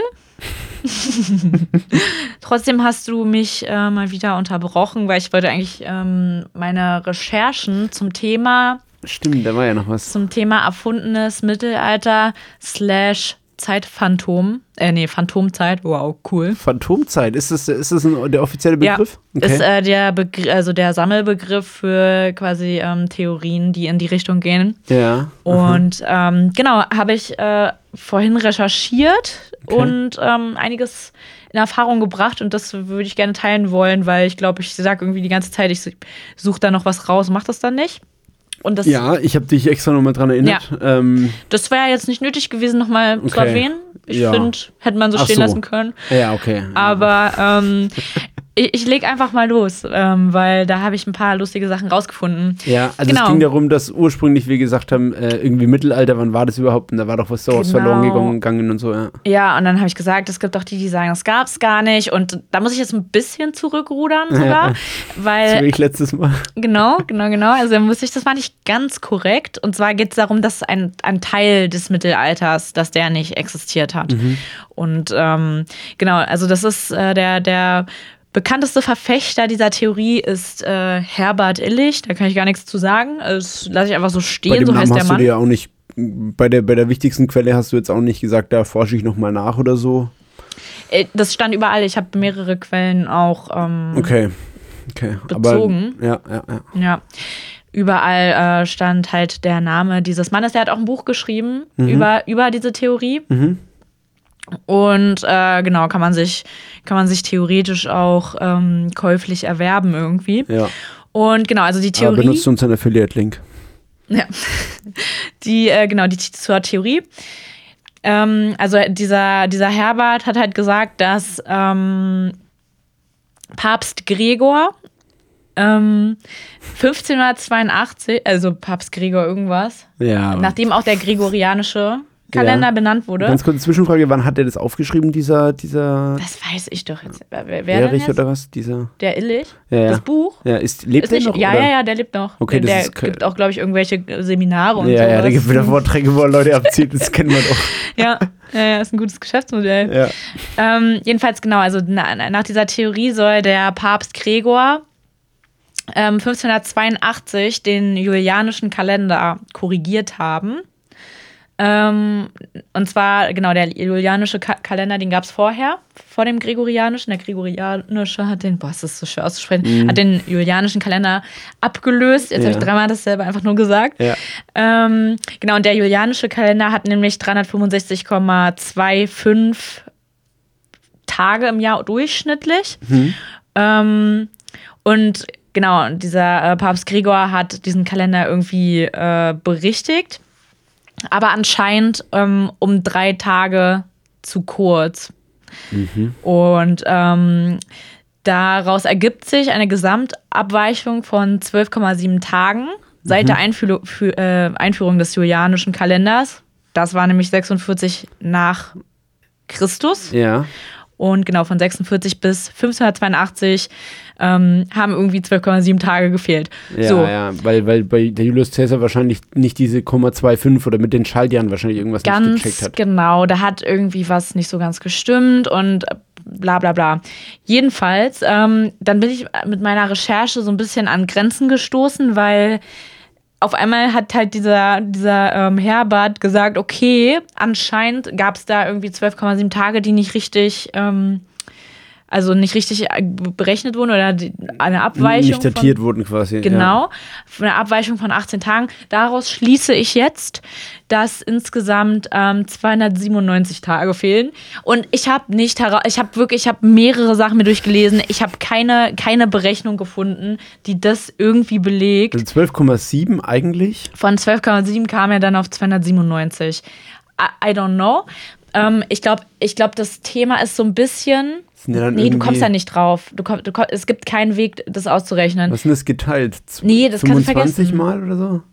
Speaker 2: Trotzdem hast du mich äh, mal wieder unterbrochen, weil ich wollte eigentlich ähm, meine Recherchen zum Thema,
Speaker 1: Stimmt, da war ja noch was.
Speaker 2: zum Thema erfundenes Mittelalter slash Zeitphantom. Äh, nee, Phantomzeit. Wow, cool.
Speaker 1: Phantomzeit, ist das, ist das ein, der offizielle Begriff?
Speaker 2: Ja, ist äh, der, Begr also der Sammelbegriff für quasi ähm, Theorien, die in die Richtung gehen.
Speaker 1: ja.
Speaker 2: Und ähm, genau, habe ich äh, vorhin recherchiert
Speaker 1: Okay.
Speaker 2: und ähm, einiges in Erfahrung gebracht und das würde ich gerne teilen wollen, weil ich glaube, ich sage irgendwie die ganze Zeit, ich suche da noch was raus, mach das dann nicht. Und das,
Speaker 1: ja, ich habe dich extra nochmal dran erinnert. Ähm,
Speaker 2: das wäre ja jetzt nicht nötig gewesen, nochmal zu
Speaker 1: Okay.
Speaker 2: erwähnen. Ich
Speaker 1: Ja.
Speaker 2: finde, hätte man so
Speaker 1: Ach
Speaker 2: stehen
Speaker 1: so.
Speaker 2: lassen können. Ah,
Speaker 1: ja, okay.
Speaker 2: Aber ähm, ich, ich lege einfach mal los, ähm, weil da habe ich ein paar lustige Sachen rausgefunden.
Speaker 1: Ja, also es
Speaker 2: Genau.
Speaker 1: ging darum, dass ursprünglich wir gesagt haben, äh, irgendwie Mittelalter, wann war das überhaupt? Und da war doch was daraus
Speaker 2: Genau.
Speaker 1: verloren gegangen, gegangen und so, ja.
Speaker 2: Ja, und dann habe ich gesagt, es gibt auch die, die sagen, das gab's gar nicht. Und da muss ich jetzt ein bisschen zurückrudern sogar,
Speaker 1: Das
Speaker 2: weil,
Speaker 1: war ich letztes Mal.
Speaker 2: genau, genau, genau. Also dann muss ich, das war nicht ganz korrekt. Und zwar geht es darum, dass ein, ein Teil des Mittelalters, dass der nicht existiert hat.
Speaker 1: Mhm.
Speaker 2: Und ähm, genau, also das ist äh, der, der bekannteste Verfechter dieser Theorie ist äh, Herbert Illich. Da kann ich gar nichts zu sagen. Das lasse ich einfach so
Speaker 1: Bei
Speaker 2: stehen,
Speaker 1: dem
Speaker 2: so
Speaker 1: Namen
Speaker 2: heißt der
Speaker 1: hast du
Speaker 2: Mann.
Speaker 1: dir ja auch nicht, bei der, bei der wichtigsten Quelle hast du jetzt auch nicht gesagt, da forsche ich nochmal nach oder so.
Speaker 2: Äh, Das stand überall. Ich habe mehrere Quellen auch. Ähm,
Speaker 1: Okay. Okay.
Speaker 2: Bezogen.
Speaker 1: Aber, ja, ja, ja.
Speaker 2: Ja. Überall äh, stand halt der Name dieses Mannes. Der hat auch ein Buch geschrieben
Speaker 1: Mhm.
Speaker 2: über, über diese Theorie. Und äh, genau, kann man sich, kann man sich theoretisch auch ähm, käuflich erwerben irgendwie.
Speaker 1: ja.
Speaker 2: Und genau, also die
Speaker 1: Aber
Speaker 2: Theorie.
Speaker 1: benutzt unseren Affiliate-Link.
Speaker 2: Ja. Die, äh, genau, die zur Theorie. Ähm, also dieser, dieser Herbert hat halt gesagt, dass ähm, Papst Gregor ähm, 1582, also Papst Gregor irgendwas,
Speaker 1: Ja. aber-
Speaker 2: nachdem auch der gregorianische Kalender
Speaker 1: Hm. Ja.
Speaker 2: benannt wurde.
Speaker 1: Ganz kurze Zwischenfrage, wann hat er das aufgeschrieben, dieser, dieser
Speaker 2: das weiß ich doch jetzt. Wer, wer denn
Speaker 1: Erich
Speaker 2: jetzt?
Speaker 1: oder was? Dieser.
Speaker 2: Der Illich?
Speaker 1: Ja, ja.
Speaker 2: Das Buch?
Speaker 1: Ja, ist, lebt
Speaker 2: Ist
Speaker 1: der
Speaker 2: nicht,
Speaker 1: noch?
Speaker 2: ja,
Speaker 1: oder?
Speaker 2: ja, ja, der lebt noch.
Speaker 1: Okay, das
Speaker 2: der
Speaker 1: ist ke-
Speaker 2: gibt auch, glaube ich, irgendwelche Seminare und äh,
Speaker 1: Ja,
Speaker 2: sowas.
Speaker 1: ja, da gibt es wieder Vorträge, wo er Leute abzieht, das kennen wir doch.
Speaker 2: ja, ja, ja, ist ein gutes Geschäftsmodell.
Speaker 1: Ja.
Speaker 2: Ähm, jedenfalls genau, also na, na- nach dieser Theorie soll der Papst Gregor ähm, 1582 den julianischen Kalender korrigiert haben. Ähm, und zwar, genau, der julianische Ka Kalender, den gab es vorher, vor dem gregorianischen. Der gregorianische hat den, boah, ist das so schwer auszusprechen, hat den julianischen Kalender abgelöst.
Speaker 1: Mhm.
Speaker 2: Jetzt
Speaker 1: Ja.
Speaker 2: habe ich dreimal dasselbe einfach nur gesagt.
Speaker 1: Ja.
Speaker 2: Ähm, genau, und der julianische Kalender hat nämlich 365,25 Tage im Jahr durchschnittlich. Ähm, und genau, und dieser äh, Papst Gregor hat diesen Kalender irgendwie äh, berichtigt, aber anscheinend ähm, um drei Tage zu kurz. Und ähm, daraus ergibt sich eine Gesamtabweichung von 12,7 Tagen seit der Einfühl für, äh, Einführung des julianischen Kalenders. Das war nämlich 46 nach Christus.
Speaker 1: Ja.
Speaker 2: Und genau, von 46 bis 1582 ähm, haben irgendwie 12,7 Tage gefehlt.
Speaker 1: Ja,
Speaker 2: so.
Speaker 1: ja, weil, weil bei der Julius Caesar wahrscheinlich nicht diese 0,25 oder mit den Schaltjahren wahrscheinlich irgendwas nicht gecheckt
Speaker 2: Ganz
Speaker 1: hat.
Speaker 2: genau, da hat irgendwie was nicht so ganz gestimmt und äh, bla bla bla. Jedenfalls, ähm, dann bin ich mit meiner Recherche so ein bisschen an Grenzen gestoßen, weil auf einmal hat halt dieser, dieser ähm, Herbert gesagt, okay, anscheinend gab es da irgendwie 12,7 Tage, die nicht richtig, ähm, also nicht richtig äh, berechnet wurden oder die, eine Abweichung.
Speaker 1: Nicht datiert wurden quasi. Ja.
Speaker 2: Genau, von einer Abweichung von 18 Tagen. Daraus schließe ich jetzt, dass insgesamt ähm, 297 Tage fehlen. Und ich habe nicht hera- ich habe wirklich, ich habe mehrere Sachen mir durchgelesen. Ich habe keine, keine Berechnung gefunden, die das irgendwie belegt.
Speaker 1: Also 12,7 eigentlich.
Speaker 2: Von 12,7 kam er dann auf 297. I, I don't know. Ähm, ich glaube, ich glaub, das Thema ist so ein bisschen.
Speaker 1: Sind ja dann
Speaker 2: nee, du
Speaker 1: irgendwie-
Speaker 2: kommst da nicht drauf. Du komm, du komm, es gibt keinen Weg, das auszurechnen.
Speaker 1: Was ist denn das geteilt? Z
Speaker 2: Nee, das kannst du
Speaker 1: 25
Speaker 2: vergessen.
Speaker 1: Mal oder so?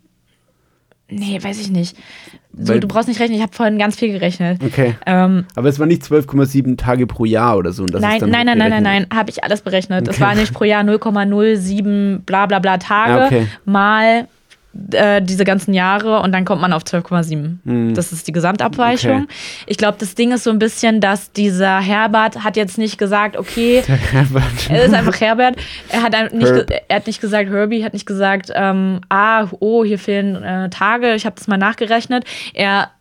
Speaker 2: Nee, weiß ich nicht. So,
Speaker 1: Weil- Hm.
Speaker 2: du brauchst nicht rechnen, ich habe vorhin ganz viel gerechnet.
Speaker 1: Okay.
Speaker 2: Ähm,
Speaker 1: Aber es waren nicht 12,7 Tage pro Jahr oder so. Und das ist
Speaker 2: nein,
Speaker 1: dann
Speaker 2: nein, nein, nein, nein,
Speaker 1: gerechnet.
Speaker 2: nein, habe ich alles berechnet. Es
Speaker 1: Okay.
Speaker 2: war nicht pro Jahr 0,07 bla bla bla Tage
Speaker 1: Ah, okay.
Speaker 2: mal äh, diese ganzen Jahre und dann kommt man auf 12,7. Das ist die Gesamtabweichung.
Speaker 1: Hm. Okay.
Speaker 2: Ich glaube, das Ding ist so ein bisschen, dass dieser Herbert hat jetzt nicht gesagt, okay, er ist einfach Herbert. Er hat, ein- nicht,
Speaker 1: Herb.
Speaker 2: ge- er hat nicht gesagt, Herbie hat nicht gesagt, ähm, ah, oh, hier fehlen äh, Tage, ich habe das mal nachgerechnet. Er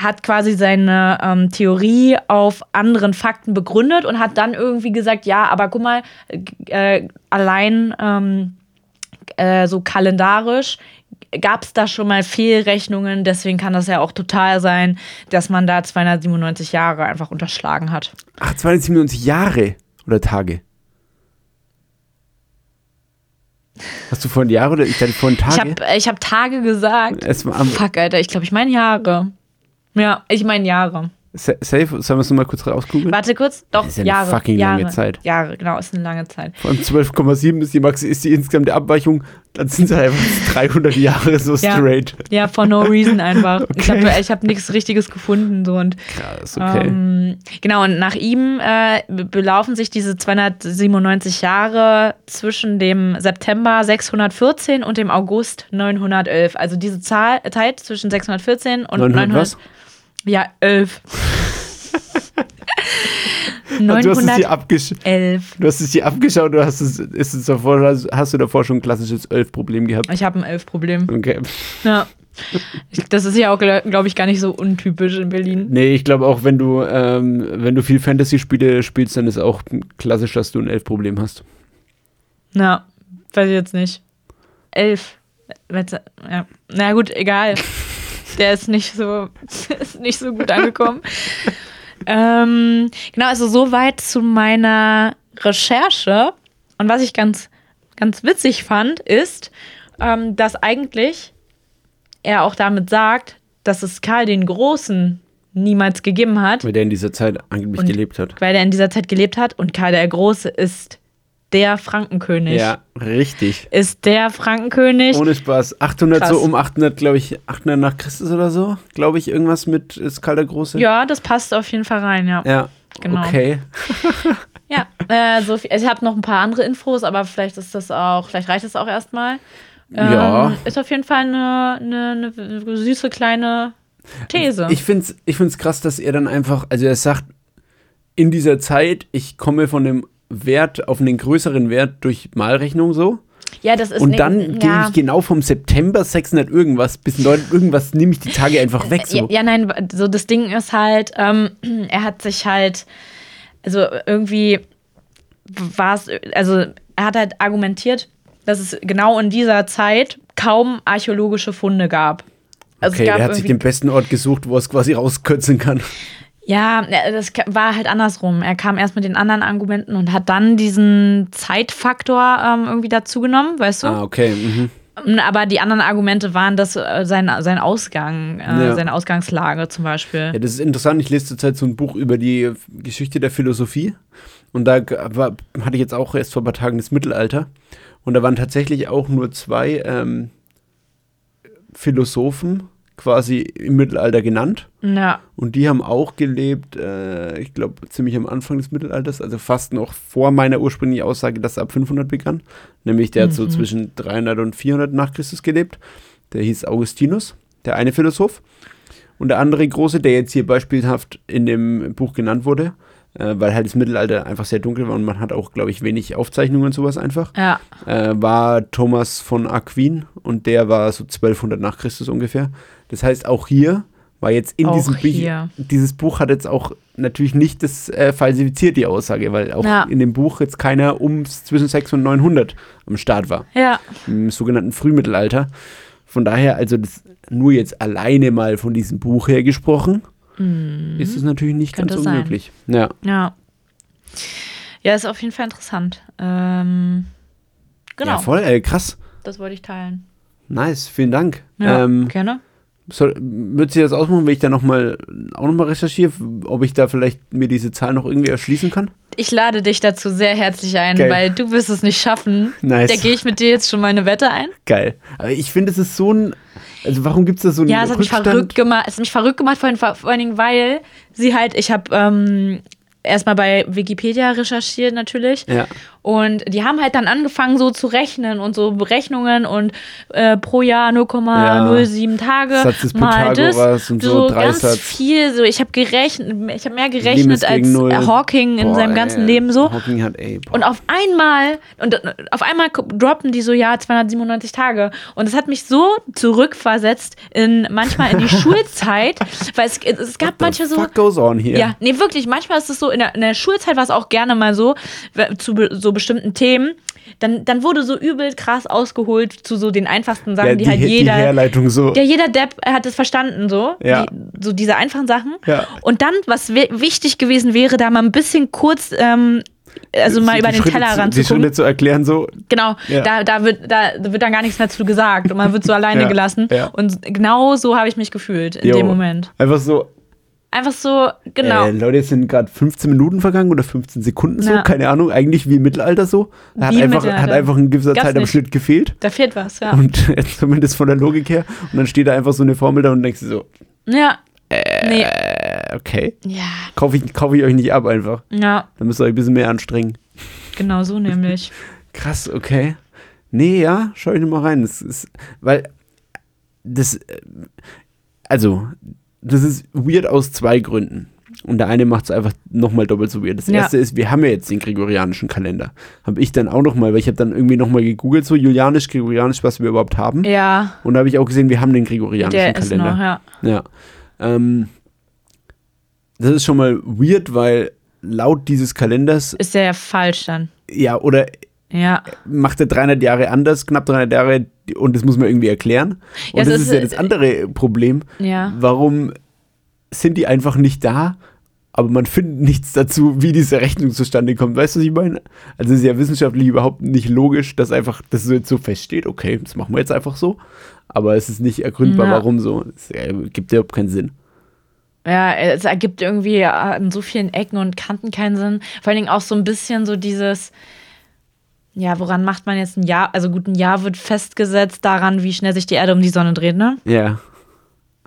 Speaker 2: hat quasi seine ähm, Theorie auf anderen Fakten begründet und hat dann irgendwie gesagt, ja, aber guck mal, g- äh, allein ähm, äh, so kalendarisch gab es da schon mal Fehlrechnungen, deswegen kann das ja auch total sein, dass man da 297 Jahre einfach unterschlagen hat.
Speaker 1: Ach, 297 Jahre oder Tage. Hast du vorhin Jahre oder ich dachte vorhin
Speaker 2: Ich
Speaker 1: Tage?
Speaker 2: habe ich hab Tage gesagt.
Speaker 1: Es war am-
Speaker 2: Fuck, Alter, ich glaube, ich meine Jahre. Ja, ich meine Jahre.
Speaker 1: Sa- Safe, sollen wir es nochmal kurz rausgoogeln?
Speaker 2: Warte kurz, doch,
Speaker 1: ist ja eine
Speaker 2: Jahre.
Speaker 1: fucking
Speaker 2: Jahre,
Speaker 1: lange Zeit.
Speaker 2: Jahre, genau, ist eine lange Zeit.
Speaker 1: Vor allem 12,7 ist die, Max ist die insgesamte Abweichung. Dann sind es halt einfach 300 Jahre so
Speaker 2: Ja.
Speaker 1: straight.
Speaker 2: Ja, for no reason einfach. Ich
Speaker 1: Okay.
Speaker 2: habe ich hab nichts Richtiges gefunden. So, und,
Speaker 1: Krass, okay.
Speaker 2: ähm, genau, und nach ihm äh, be- belaufen sich diese 297 Jahre zwischen dem September 614 und dem August 911. Also diese Zahl, Zeit zwischen 614 und
Speaker 1: 900
Speaker 2: 900
Speaker 1: was?
Speaker 2: Ja, 11.
Speaker 1: Ah, Du hast, es hier
Speaker 2: 911.
Speaker 1: abgesch du hast es hier abgeschaut oder hast, es, ist es davor, hast, hast du davor schon ein klassisches 11-Problem gehabt?
Speaker 2: Ich habe ein 11-Problem.
Speaker 1: Okay.
Speaker 2: Ja. Ich- Das ist ja auch, glaube ich, gar nicht so untypisch in Berlin.
Speaker 1: Nee, ich glaube auch, wenn du, ähm, wenn du viel Fantasy-Spiele spielst, dann ist auch klassisch, dass du ein Elf-Problem hast.
Speaker 2: Na, weiß ich jetzt nicht. 11. Wenn's- Ja. Na gut, egal. Der ist nicht so, ist nicht so gut angekommen. ähm, genau, also soweit zu meiner Recherche. Und was ich ganz, ganz witzig fand, ist, ähm, dass eigentlich er auch damit sagt, dass es Karl den Großen niemals gegeben hat,
Speaker 1: Weil der in dieser Zeit angeblich
Speaker 2: Und-
Speaker 1: gelebt hat.
Speaker 2: weil er in dieser Zeit gelebt hat und Karl der Große ist der Frankenkönig.
Speaker 1: Ja, richtig.
Speaker 2: Ist der Frankenkönig?
Speaker 1: Ohne Spaß. 800, so
Speaker 2: Krass.
Speaker 1: um 800, glaube ich, 800 nach Christus oder so, glaube ich, irgendwas mit ist Karl der Große.
Speaker 2: Ja, das passt auf jeden Fall rein, ja.
Speaker 1: Ja,
Speaker 2: Genau.
Speaker 1: okay.
Speaker 2: Ja, äh, so viel. ich habe noch ein paar andere Infos, aber vielleicht ist das auch, vielleicht reicht das auch erstmal. Ähm,
Speaker 1: Ja.
Speaker 2: Ist auf jeden Fall eine, eine, eine süße kleine These.
Speaker 1: Ich finde es ich find's krass, dass er dann einfach, also er sagt, in dieser Zeit, ich komme von dem Wert auf einen größeren Wert durch Malrechnung so.
Speaker 2: ja, das ist
Speaker 1: Und
Speaker 2: ne-
Speaker 1: dann gehe
Speaker 2: ja.
Speaker 1: ich genau vom September 600 irgendwas bis 9 irgendwas, nehme ich die Tage einfach weg. So.
Speaker 2: Ja, ja, nein, so das Ding ist halt, ähm, er hat sich halt, also irgendwie war es, also er hat halt argumentiert, dass es genau in dieser Zeit kaum archäologische Funde gab. Also
Speaker 1: Okay, der hat sich
Speaker 2: irgendwie-
Speaker 1: den besten Ort gesucht, wo er es quasi rauskürzen kann.
Speaker 2: Ja, ja, das ka- war halt andersrum. Er kam erst mit den anderen Argumenten und hat dann diesen Zeitfaktor ähm, irgendwie dazugenommen, weißt du? Ähm,
Speaker 1: Ah, okay. Mhm.
Speaker 2: Aber die anderen Argumente waren, dass äh, sein, sein Ausgang, äh,
Speaker 1: Ja.
Speaker 2: seine Ausgangslage zum Beispiel.
Speaker 1: Ja, das ist interessant. Ich lese zurzeit so ein Buch über die Geschichte der Philosophie. Und da g- war, hatte ich jetzt auch erst vor ein paar Tagen das Mittelalter. Und da waren tatsächlich auch nur zwei ähm, Philosophen quasi im Mittelalter genannt.
Speaker 2: Ja,
Speaker 1: Und die haben auch gelebt, äh, ich glaube, ziemlich am Anfang des Mittelalters, also fast noch vor meiner ursprünglichen Aussage, dass ab 500 begann. Nämlich der hat so zwischen 300 und 400 nach Christus gelebt. Der hieß Augustinus, der eine Philosoph. Und der andere große, der jetzt hier beispielhaft in dem Buch genannt wurde, äh, weil halt das Mittelalter einfach sehr dunkel war und man hat auch, glaube ich, wenig Aufzeichnungen und sowas einfach,
Speaker 2: ja.
Speaker 1: äh, war Thomas von Aquin und der war so 1200 nach Christus ungefähr. Das heißt, auch hier war jetzt in
Speaker 2: Auch
Speaker 1: diesem Buch,
Speaker 2: hier.
Speaker 1: dieses Buch hat jetzt auch natürlich nicht das äh, falsifiziert, die Aussage, weil auch
Speaker 2: Ja.
Speaker 1: in dem Buch jetzt keiner um zwischen 600 und 900 am Start war,
Speaker 2: Ja,
Speaker 1: im sogenannten Frühmittelalter. Von daher, also das nur jetzt alleine mal von diesem Buch her gesprochen, ist es natürlich nicht
Speaker 2: Mhm. Könnte
Speaker 1: ganz
Speaker 2: sein.
Speaker 1: unmöglich. Ja.
Speaker 2: ja. Ja, ist auf jeden Fall interessant. Ähm,
Speaker 1: ja,
Speaker 2: genau,
Speaker 1: voll, äh, krass.
Speaker 2: das wollte ich teilen.
Speaker 1: Nice, vielen Dank.
Speaker 2: Ja,
Speaker 1: Ähm,
Speaker 2: gerne.
Speaker 1: Soll, wird sich das ausmachen, wenn ich da noch mal, auch nochmal recherchiere, ob ich da vielleicht mir diese Zahl noch irgendwie erschließen kann?
Speaker 2: Ich lade dich dazu sehr herzlich ein,
Speaker 1: Geil.
Speaker 2: weil du wirst es nicht schaffen.
Speaker 1: Nice.
Speaker 2: Da gehe ich mit dir jetzt schon mal eine Wette ein.
Speaker 1: Geil. Aber ich finde, es ist so ein. Also, warum gibt es da so einen
Speaker 2: Ja, es hat mich
Speaker 1: Rückstand?
Speaker 2: verrückt gemacht. Es hat mich verrückt gemacht, vor allen, vor allen Dingen, weil sie halt, ich habe ähm, erstmal bei Wikipedia recherchiert natürlich.
Speaker 1: Ja.
Speaker 2: Und die haben halt dann angefangen, so zu rechnen und so Berechnungen und äh, pro Jahr 0,07 Tage
Speaker 1: Satz des
Speaker 2: mal das.
Speaker 1: Pythagoras und so,
Speaker 2: ganz
Speaker 1: Dreisatz.
Speaker 2: viel. So, ich habe gerechnet, ich habe mehr
Speaker 1: Leben ist
Speaker 2: gerechnet als
Speaker 1: gegen Null.
Speaker 2: Hawking in
Speaker 1: Boah,
Speaker 2: seinem ganzen
Speaker 1: ey,
Speaker 2: Leben so.
Speaker 1: Hawking hat, ey, boah.
Speaker 2: Und auf einmal, und äh, auf einmal k- droppen die so, ja, 297 Tage. Und das hat mich so zurückversetzt in manchmal in die Schulzeit, weil es, es, es gab manche so.
Speaker 1: What goes on here?
Speaker 2: Ja, nee, wirklich. Manchmal ist es so, in der, in der Schulzeit war es auch gerne mal so, we- zu be so bestimmten Themen. Dann, dann wurde so übel krass ausgeholt zu so den einfachsten Sachen,
Speaker 1: Ja,
Speaker 2: die,
Speaker 1: die,
Speaker 2: halt
Speaker 1: die
Speaker 2: jeder. halt
Speaker 1: Herleitung so.
Speaker 2: Ja, jeder Depp hat es verstanden, so.
Speaker 1: Ja.
Speaker 2: Die, so diese einfachen Sachen.
Speaker 1: Ja.
Speaker 2: Und dann, was wi- wichtig gewesen wäre, da mal ein bisschen kurz, ähm, also mal
Speaker 1: Die
Speaker 2: über den
Speaker 1: Schritte
Speaker 2: Tellerrand
Speaker 1: zu,
Speaker 2: zu
Speaker 1: Die
Speaker 2: gucken.
Speaker 1: Schritte zu erklären, so,
Speaker 2: Genau,
Speaker 1: Ja.
Speaker 2: da, da, wird, da wird dann gar nichts mehr zu gesagt und man wird so alleine
Speaker 1: Ja,
Speaker 2: gelassen.
Speaker 1: ja.
Speaker 2: Und genau so habe ich mich gefühlt in
Speaker 1: yo,
Speaker 2: dem Moment.
Speaker 1: Einfach so,
Speaker 2: Einfach so, genau.
Speaker 1: Äh, Leute, es sind gerade 15 Minuten vergangen oder 15 Sekunden so,
Speaker 2: Ja.
Speaker 1: keine Ahnung, eigentlich wie im Mittelalter so. Hat,
Speaker 2: Wie im
Speaker 1: einfach, hat
Speaker 2: Mittelalter.
Speaker 1: einfach ein gewisser
Speaker 2: Gab's nicht.
Speaker 1: Zeitabschnitt gefehlt.
Speaker 2: da fehlt was, ja.
Speaker 1: Und äh, zumindest von der Logik her. Und dann steht da einfach so eine Formel da und denkst du so,
Speaker 2: Ja. nee.
Speaker 1: äh, okay.
Speaker 2: Ja.
Speaker 1: Kaufe ich, kaufe ich euch nicht ab einfach.
Speaker 2: Ja,
Speaker 1: Dann müsst ihr euch ein bisschen mehr anstrengen.
Speaker 2: genau so nämlich.
Speaker 1: Krass, okay. Nee, ja, schau ich nochmal rein. Das ist, weil das, äh, also, das ist weird aus zwei Gründen. Und der eine macht es einfach nochmal doppelt so weird. Das
Speaker 2: Ja.
Speaker 1: erste ist, wir haben ja jetzt den gregorianischen Kalender. Habe ich dann auch nochmal, weil ich habe dann irgendwie nochmal gegoogelt, so julianisch, gregorianisch, was wir überhaupt haben.
Speaker 2: Ja,
Speaker 1: Und da habe ich auch gesehen, wir haben den gregorianischen
Speaker 2: der ist
Speaker 1: Kalender.
Speaker 2: noch, ja.
Speaker 1: Ja. Ähm, das ist schon mal weird, weil laut dieses Kalenders,
Speaker 2: Ist der ja falsch dann.
Speaker 1: ja, oder
Speaker 2: Ja.
Speaker 1: macht er 300 Jahre anders, knapp 300 Jahre, und das muss man irgendwie erklären. Und
Speaker 2: Ja, also es
Speaker 1: das ist,
Speaker 2: ist,
Speaker 1: ja das andere Problem.
Speaker 2: Ja.
Speaker 1: Warum sind die einfach nicht da, aber man findet nichts dazu, wie diese Rechnung zustande kommt? Weißt du, was ich meine? Also es ist ja wissenschaftlich überhaupt nicht logisch, dass einfach das so jetzt so feststeht, okay, das machen wir jetzt einfach so. Aber es ist nicht ergründbar,
Speaker 2: Ja.
Speaker 1: warum so. Es äh, gibt ja überhaupt keinen Sinn.
Speaker 2: Ja, es ergibt irgendwie an so vielen Ecken und Kanten keinen Sinn. Vor allen Dingen auch so ein bisschen so dieses, ja, woran macht man jetzt ein Jahr? Also gut, ein Jahr wird festgesetzt daran, wie schnell sich die Erde um die Sonne dreht, ne?
Speaker 1: Ja.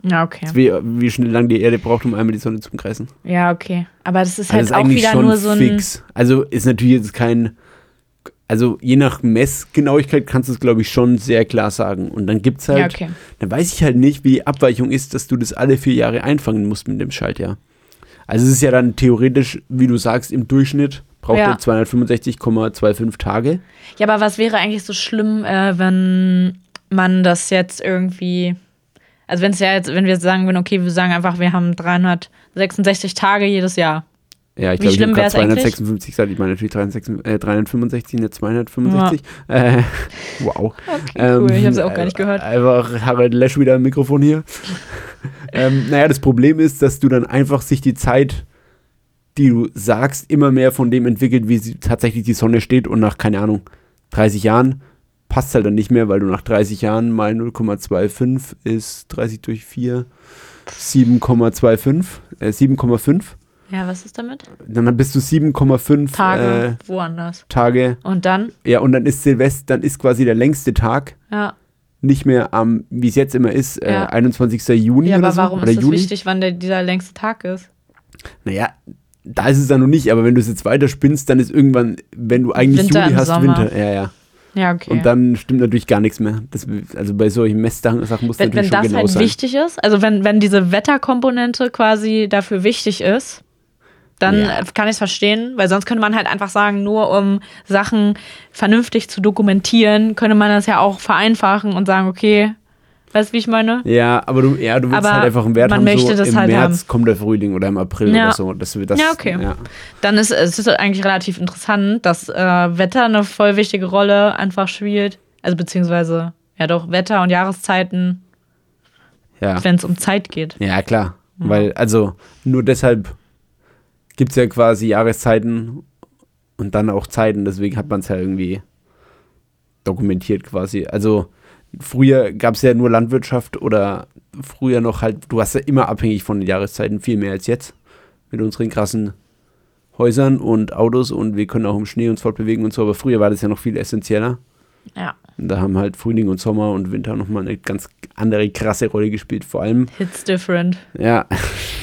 Speaker 2: Ja, okay.
Speaker 1: Wie, wie schnell lang die Erde braucht, um einmal die Sonne zu umkreisen.
Speaker 2: Ja, okay. Aber das ist
Speaker 1: Also
Speaker 2: halt auch wieder nur so ein.
Speaker 1: fix. Also ist natürlich jetzt kein. Also je nach Messgenauigkeit kannst du es, glaube ich, schon sehr klar sagen. Und dann gibt's halt.
Speaker 2: Ja, okay.
Speaker 1: Dann weiß ich halt nicht, wie die Abweichung ist, dass du das alle vier Jahre einfangen musst mit dem Schaltjahr. Also es ist ja dann theoretisch, wie du sagst, im Durchschnitt braucht
Speaker 2: Ja.
Speaker 1: er 265,25 Tage.
Speaker 2: Ja, aber was wäre eigentlich so schlimm, äh, wenn man das jetzt irgendwie. Also wenn es ja jetzt, wenn wir sagen würden, okay, wir sagen einfach, wir haben 366 Tage jedes Jahr.
Speaker 1: Ja, ich
Speaker 2: Wie
Speaker 1: glaube, ich
Speaker 2: schlimm
Speaker 1: habe gerade
Speaker 2: wär's eigentlich?
Speaker 1: 256 gesagt. Ich meine natürlich 366, äh, 365, nicht 265. Äh, wow.
Speaker 2: Okay, cool. ich habe es auch gar nicht
Speaker 1: Ähm,
Speaker 2: gehört.
Speaker 1: Einfach Harald Lesch wieder im Mikrofon hier. ähm, naja, das Problem ist, dass du dann einfach sich die Zeit, die du sagst, immer mehr von dem entwickelt, wie sie tatsächlich die Sonne steht und nach, keine Ahnung, 30 Jahren passt halt dann nicht mehr, weil du nach 30 Jahren mal 0,25 ist 30 durch 4, 7,25, äh, 7,5.
Speaker 2: Ja, was ist damit?
Speaker 1: Dann bist du 7,5
Speaker 2: Tage
Speaker 1: Äh,
Speaker 2: woanders.
Speaker 1: Tage.
Speaker 2: Und dann?
Speaker 1: Ja, und dann ist Silvester, dann ist quasi der längste Tag
Speaker 2: Ja.
Speaker 1: nicht
Speaker 2: nicht
Speaker 1: mehr am, wie es jetzt immer ist, äh,
Speaker 2: Ja.
Speaker 1: 21. Juni
Speaker 2: ja,
Speaker 1: oder
Speaker 2: aber
Speaker 1: so,
Speaker 2: warum
Speaker 1: oder
Speaker 2: ist es
Speaker 1: Juli.
Speaker 2: wichtig, wann der, dieser längste Tag ist?
Speaker 1: Naja, da ist es dann noch nicht, aber wenn du es jetzt weiter spinnst, dann ist irgendwann, wenn du eigentlich
Speaker 2: Winter
Speaker 1: Juli
Speaker 2: im
Speaker 1: hast,
Speaker 2: Sommer.
Speaker 1: Winter. Ja, ja.
Speaker 2: Ja, okay.
Speaker 1: Und dann stimmt natürlich gar nichts mehr. Das, also bei solchen Messsachen Sachen muss
Speaker 2: wenn, wenn
Speaker 1: natürlich
Speaker 2: das
Speaker 1: schon genau
Speaker 2: halt
Speaker 1: sein.
Speaker 2: wichtig ist, also wenn, wenn diese Wetterkomponente quasi dafür wichtig ist, dann
Speaker 1: Ja.
Speaker 2: äh, kann ich es verstehen, weil sonst könnte man halt einfach sagen, nur um Sachen vernünftig zu dokumentieren, könnte man das ja auch vereinfachen und sagen, okay, weißt du, wie ich meine?
Speaker 1: Ja, aber du, ja, du willst
Speaker 2: Aber
Speaker 1: halt einfach einen Wert
Speaker 2: man
Speaker 1: haben, so
Speaker 2: möchte das
Speaker 1: im
Speaker 2: halt
Speaker 1: März kommt der Frühling oder im April
Speaker 2: Ja.
Speaker 1: oder so. Dass wir das,
Speaker 2: Ja, okay.
Speaker 1: Ja.
Speaker 2: Dann ist es ist eigentlich relativ interessant, dass äh, Wetter eine voll wichtige Rolle einfach spielt. Also beziehungsweise, ja doch, Wetter und Jahreszeiten,
Speaker 1: Ja.
Speaker 2: wenn es um Zeit geht.
Speaker 1: Ja, klar. Weil, also, nur deshalb gibt es ja quasi Jahreszeiten und dann auch Zeiten, deswegen hat man es ja irgendwie dokumentiert quasi. Also, früher gab es ja nur Landwirtschaft oder früher noch halt, du warst ja immer abhängig von den Jahreszeiten, viel mehr als jetzt. Mit unseren krassen Häusern und Autos und wir können auch im Schnee uns fortbewegen und so, aber früher war das ja noch viel essentieller.
Speaker 2: Ja,
Speaker 1: Und da haben halt Frühling und Sommer und Winter nochmal eine ganz andere krasse Rolle gespielt. Vor allem,
Speaker 2: it's different.
Speaker 1: ja,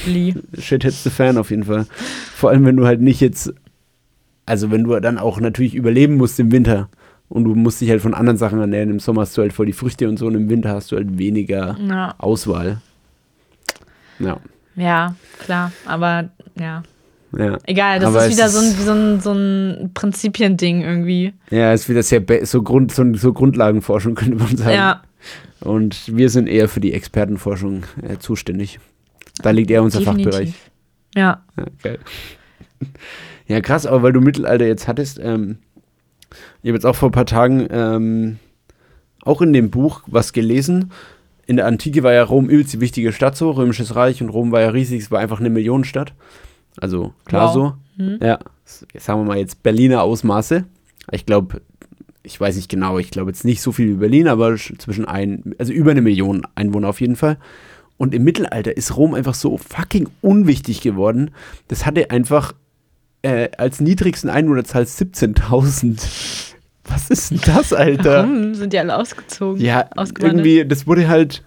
Speaker 2: Lee.
Speaker 1: Shit hits the fan auf jeden Fall. Vor allem, wenn du halt nicht jetzt also wenn du dann auch natürlich überleben musst im Winter und du musst dich halt von anderen Sachen ernähren, im Sommer hast du halt voll die Früchte und so und im Winter hast du halt weniger
Speaker 2: Ja.
Speaker 1: Auswahl. Ja,
Speaker 2: Ja, klar, aber ja.
Speaker 1: ja.
Speaker 2: Egal, das
Speaker 1: Aber
Speaker 2: ist
Speaker 1: es
Speaker 2: wieder so ein, wie so ein, so ein Prinzipiending irgendwie.
Speaker 1: Ja, ist wieder sehr ba- so, Grund, so, so Grundlagenforschung, könnte man sagen.
Speaker 2: Ja,
Speaker 1: Und wir sind eher für die Expertenforschung äh, zuständig. Da liegt eher unser Fachbereich.
Speaker 2: definitiv. Ja,
Speaker 1: Ja, geil. Ja, krass, aber weil du Mittelalter jetzt hattest, ähm, ich habe jetzt auch vor ein paar Tagen ähm, auch in dem Buch was gelesen. In der Antike war ja Rom übelst die wichtige Stadt so, Römisches Reich und Rom war ja riesig, es war einfach eine Millionenstadt. Also klar
Speaker 2: Wow.
Speaker 1: so.
Speaker 2: Mhm.
Speaker 1: Ja, s- sagen wir mal jetzt Berliner Ausmaße. Ich glaube, ich weiß nicht genau, ich glaube jetzt nicht so viel wie Berlin, aber sch- zwischen ein, also über eine Million Einwohner auf jeden Fall. Und im Mittelalter ist Rom einfach so fucking unwichtig geworden. Das hatte einfach äh, als niedrigsten Einwohnerzahl 17.000. Was ist denn das, Alter?
Speaker 2: warum sind die alle ausgezogen?
Speaker 1: Ja,
Speaker 2: ausgewandert?
Speaker 1: irgendwie, das wurde halt,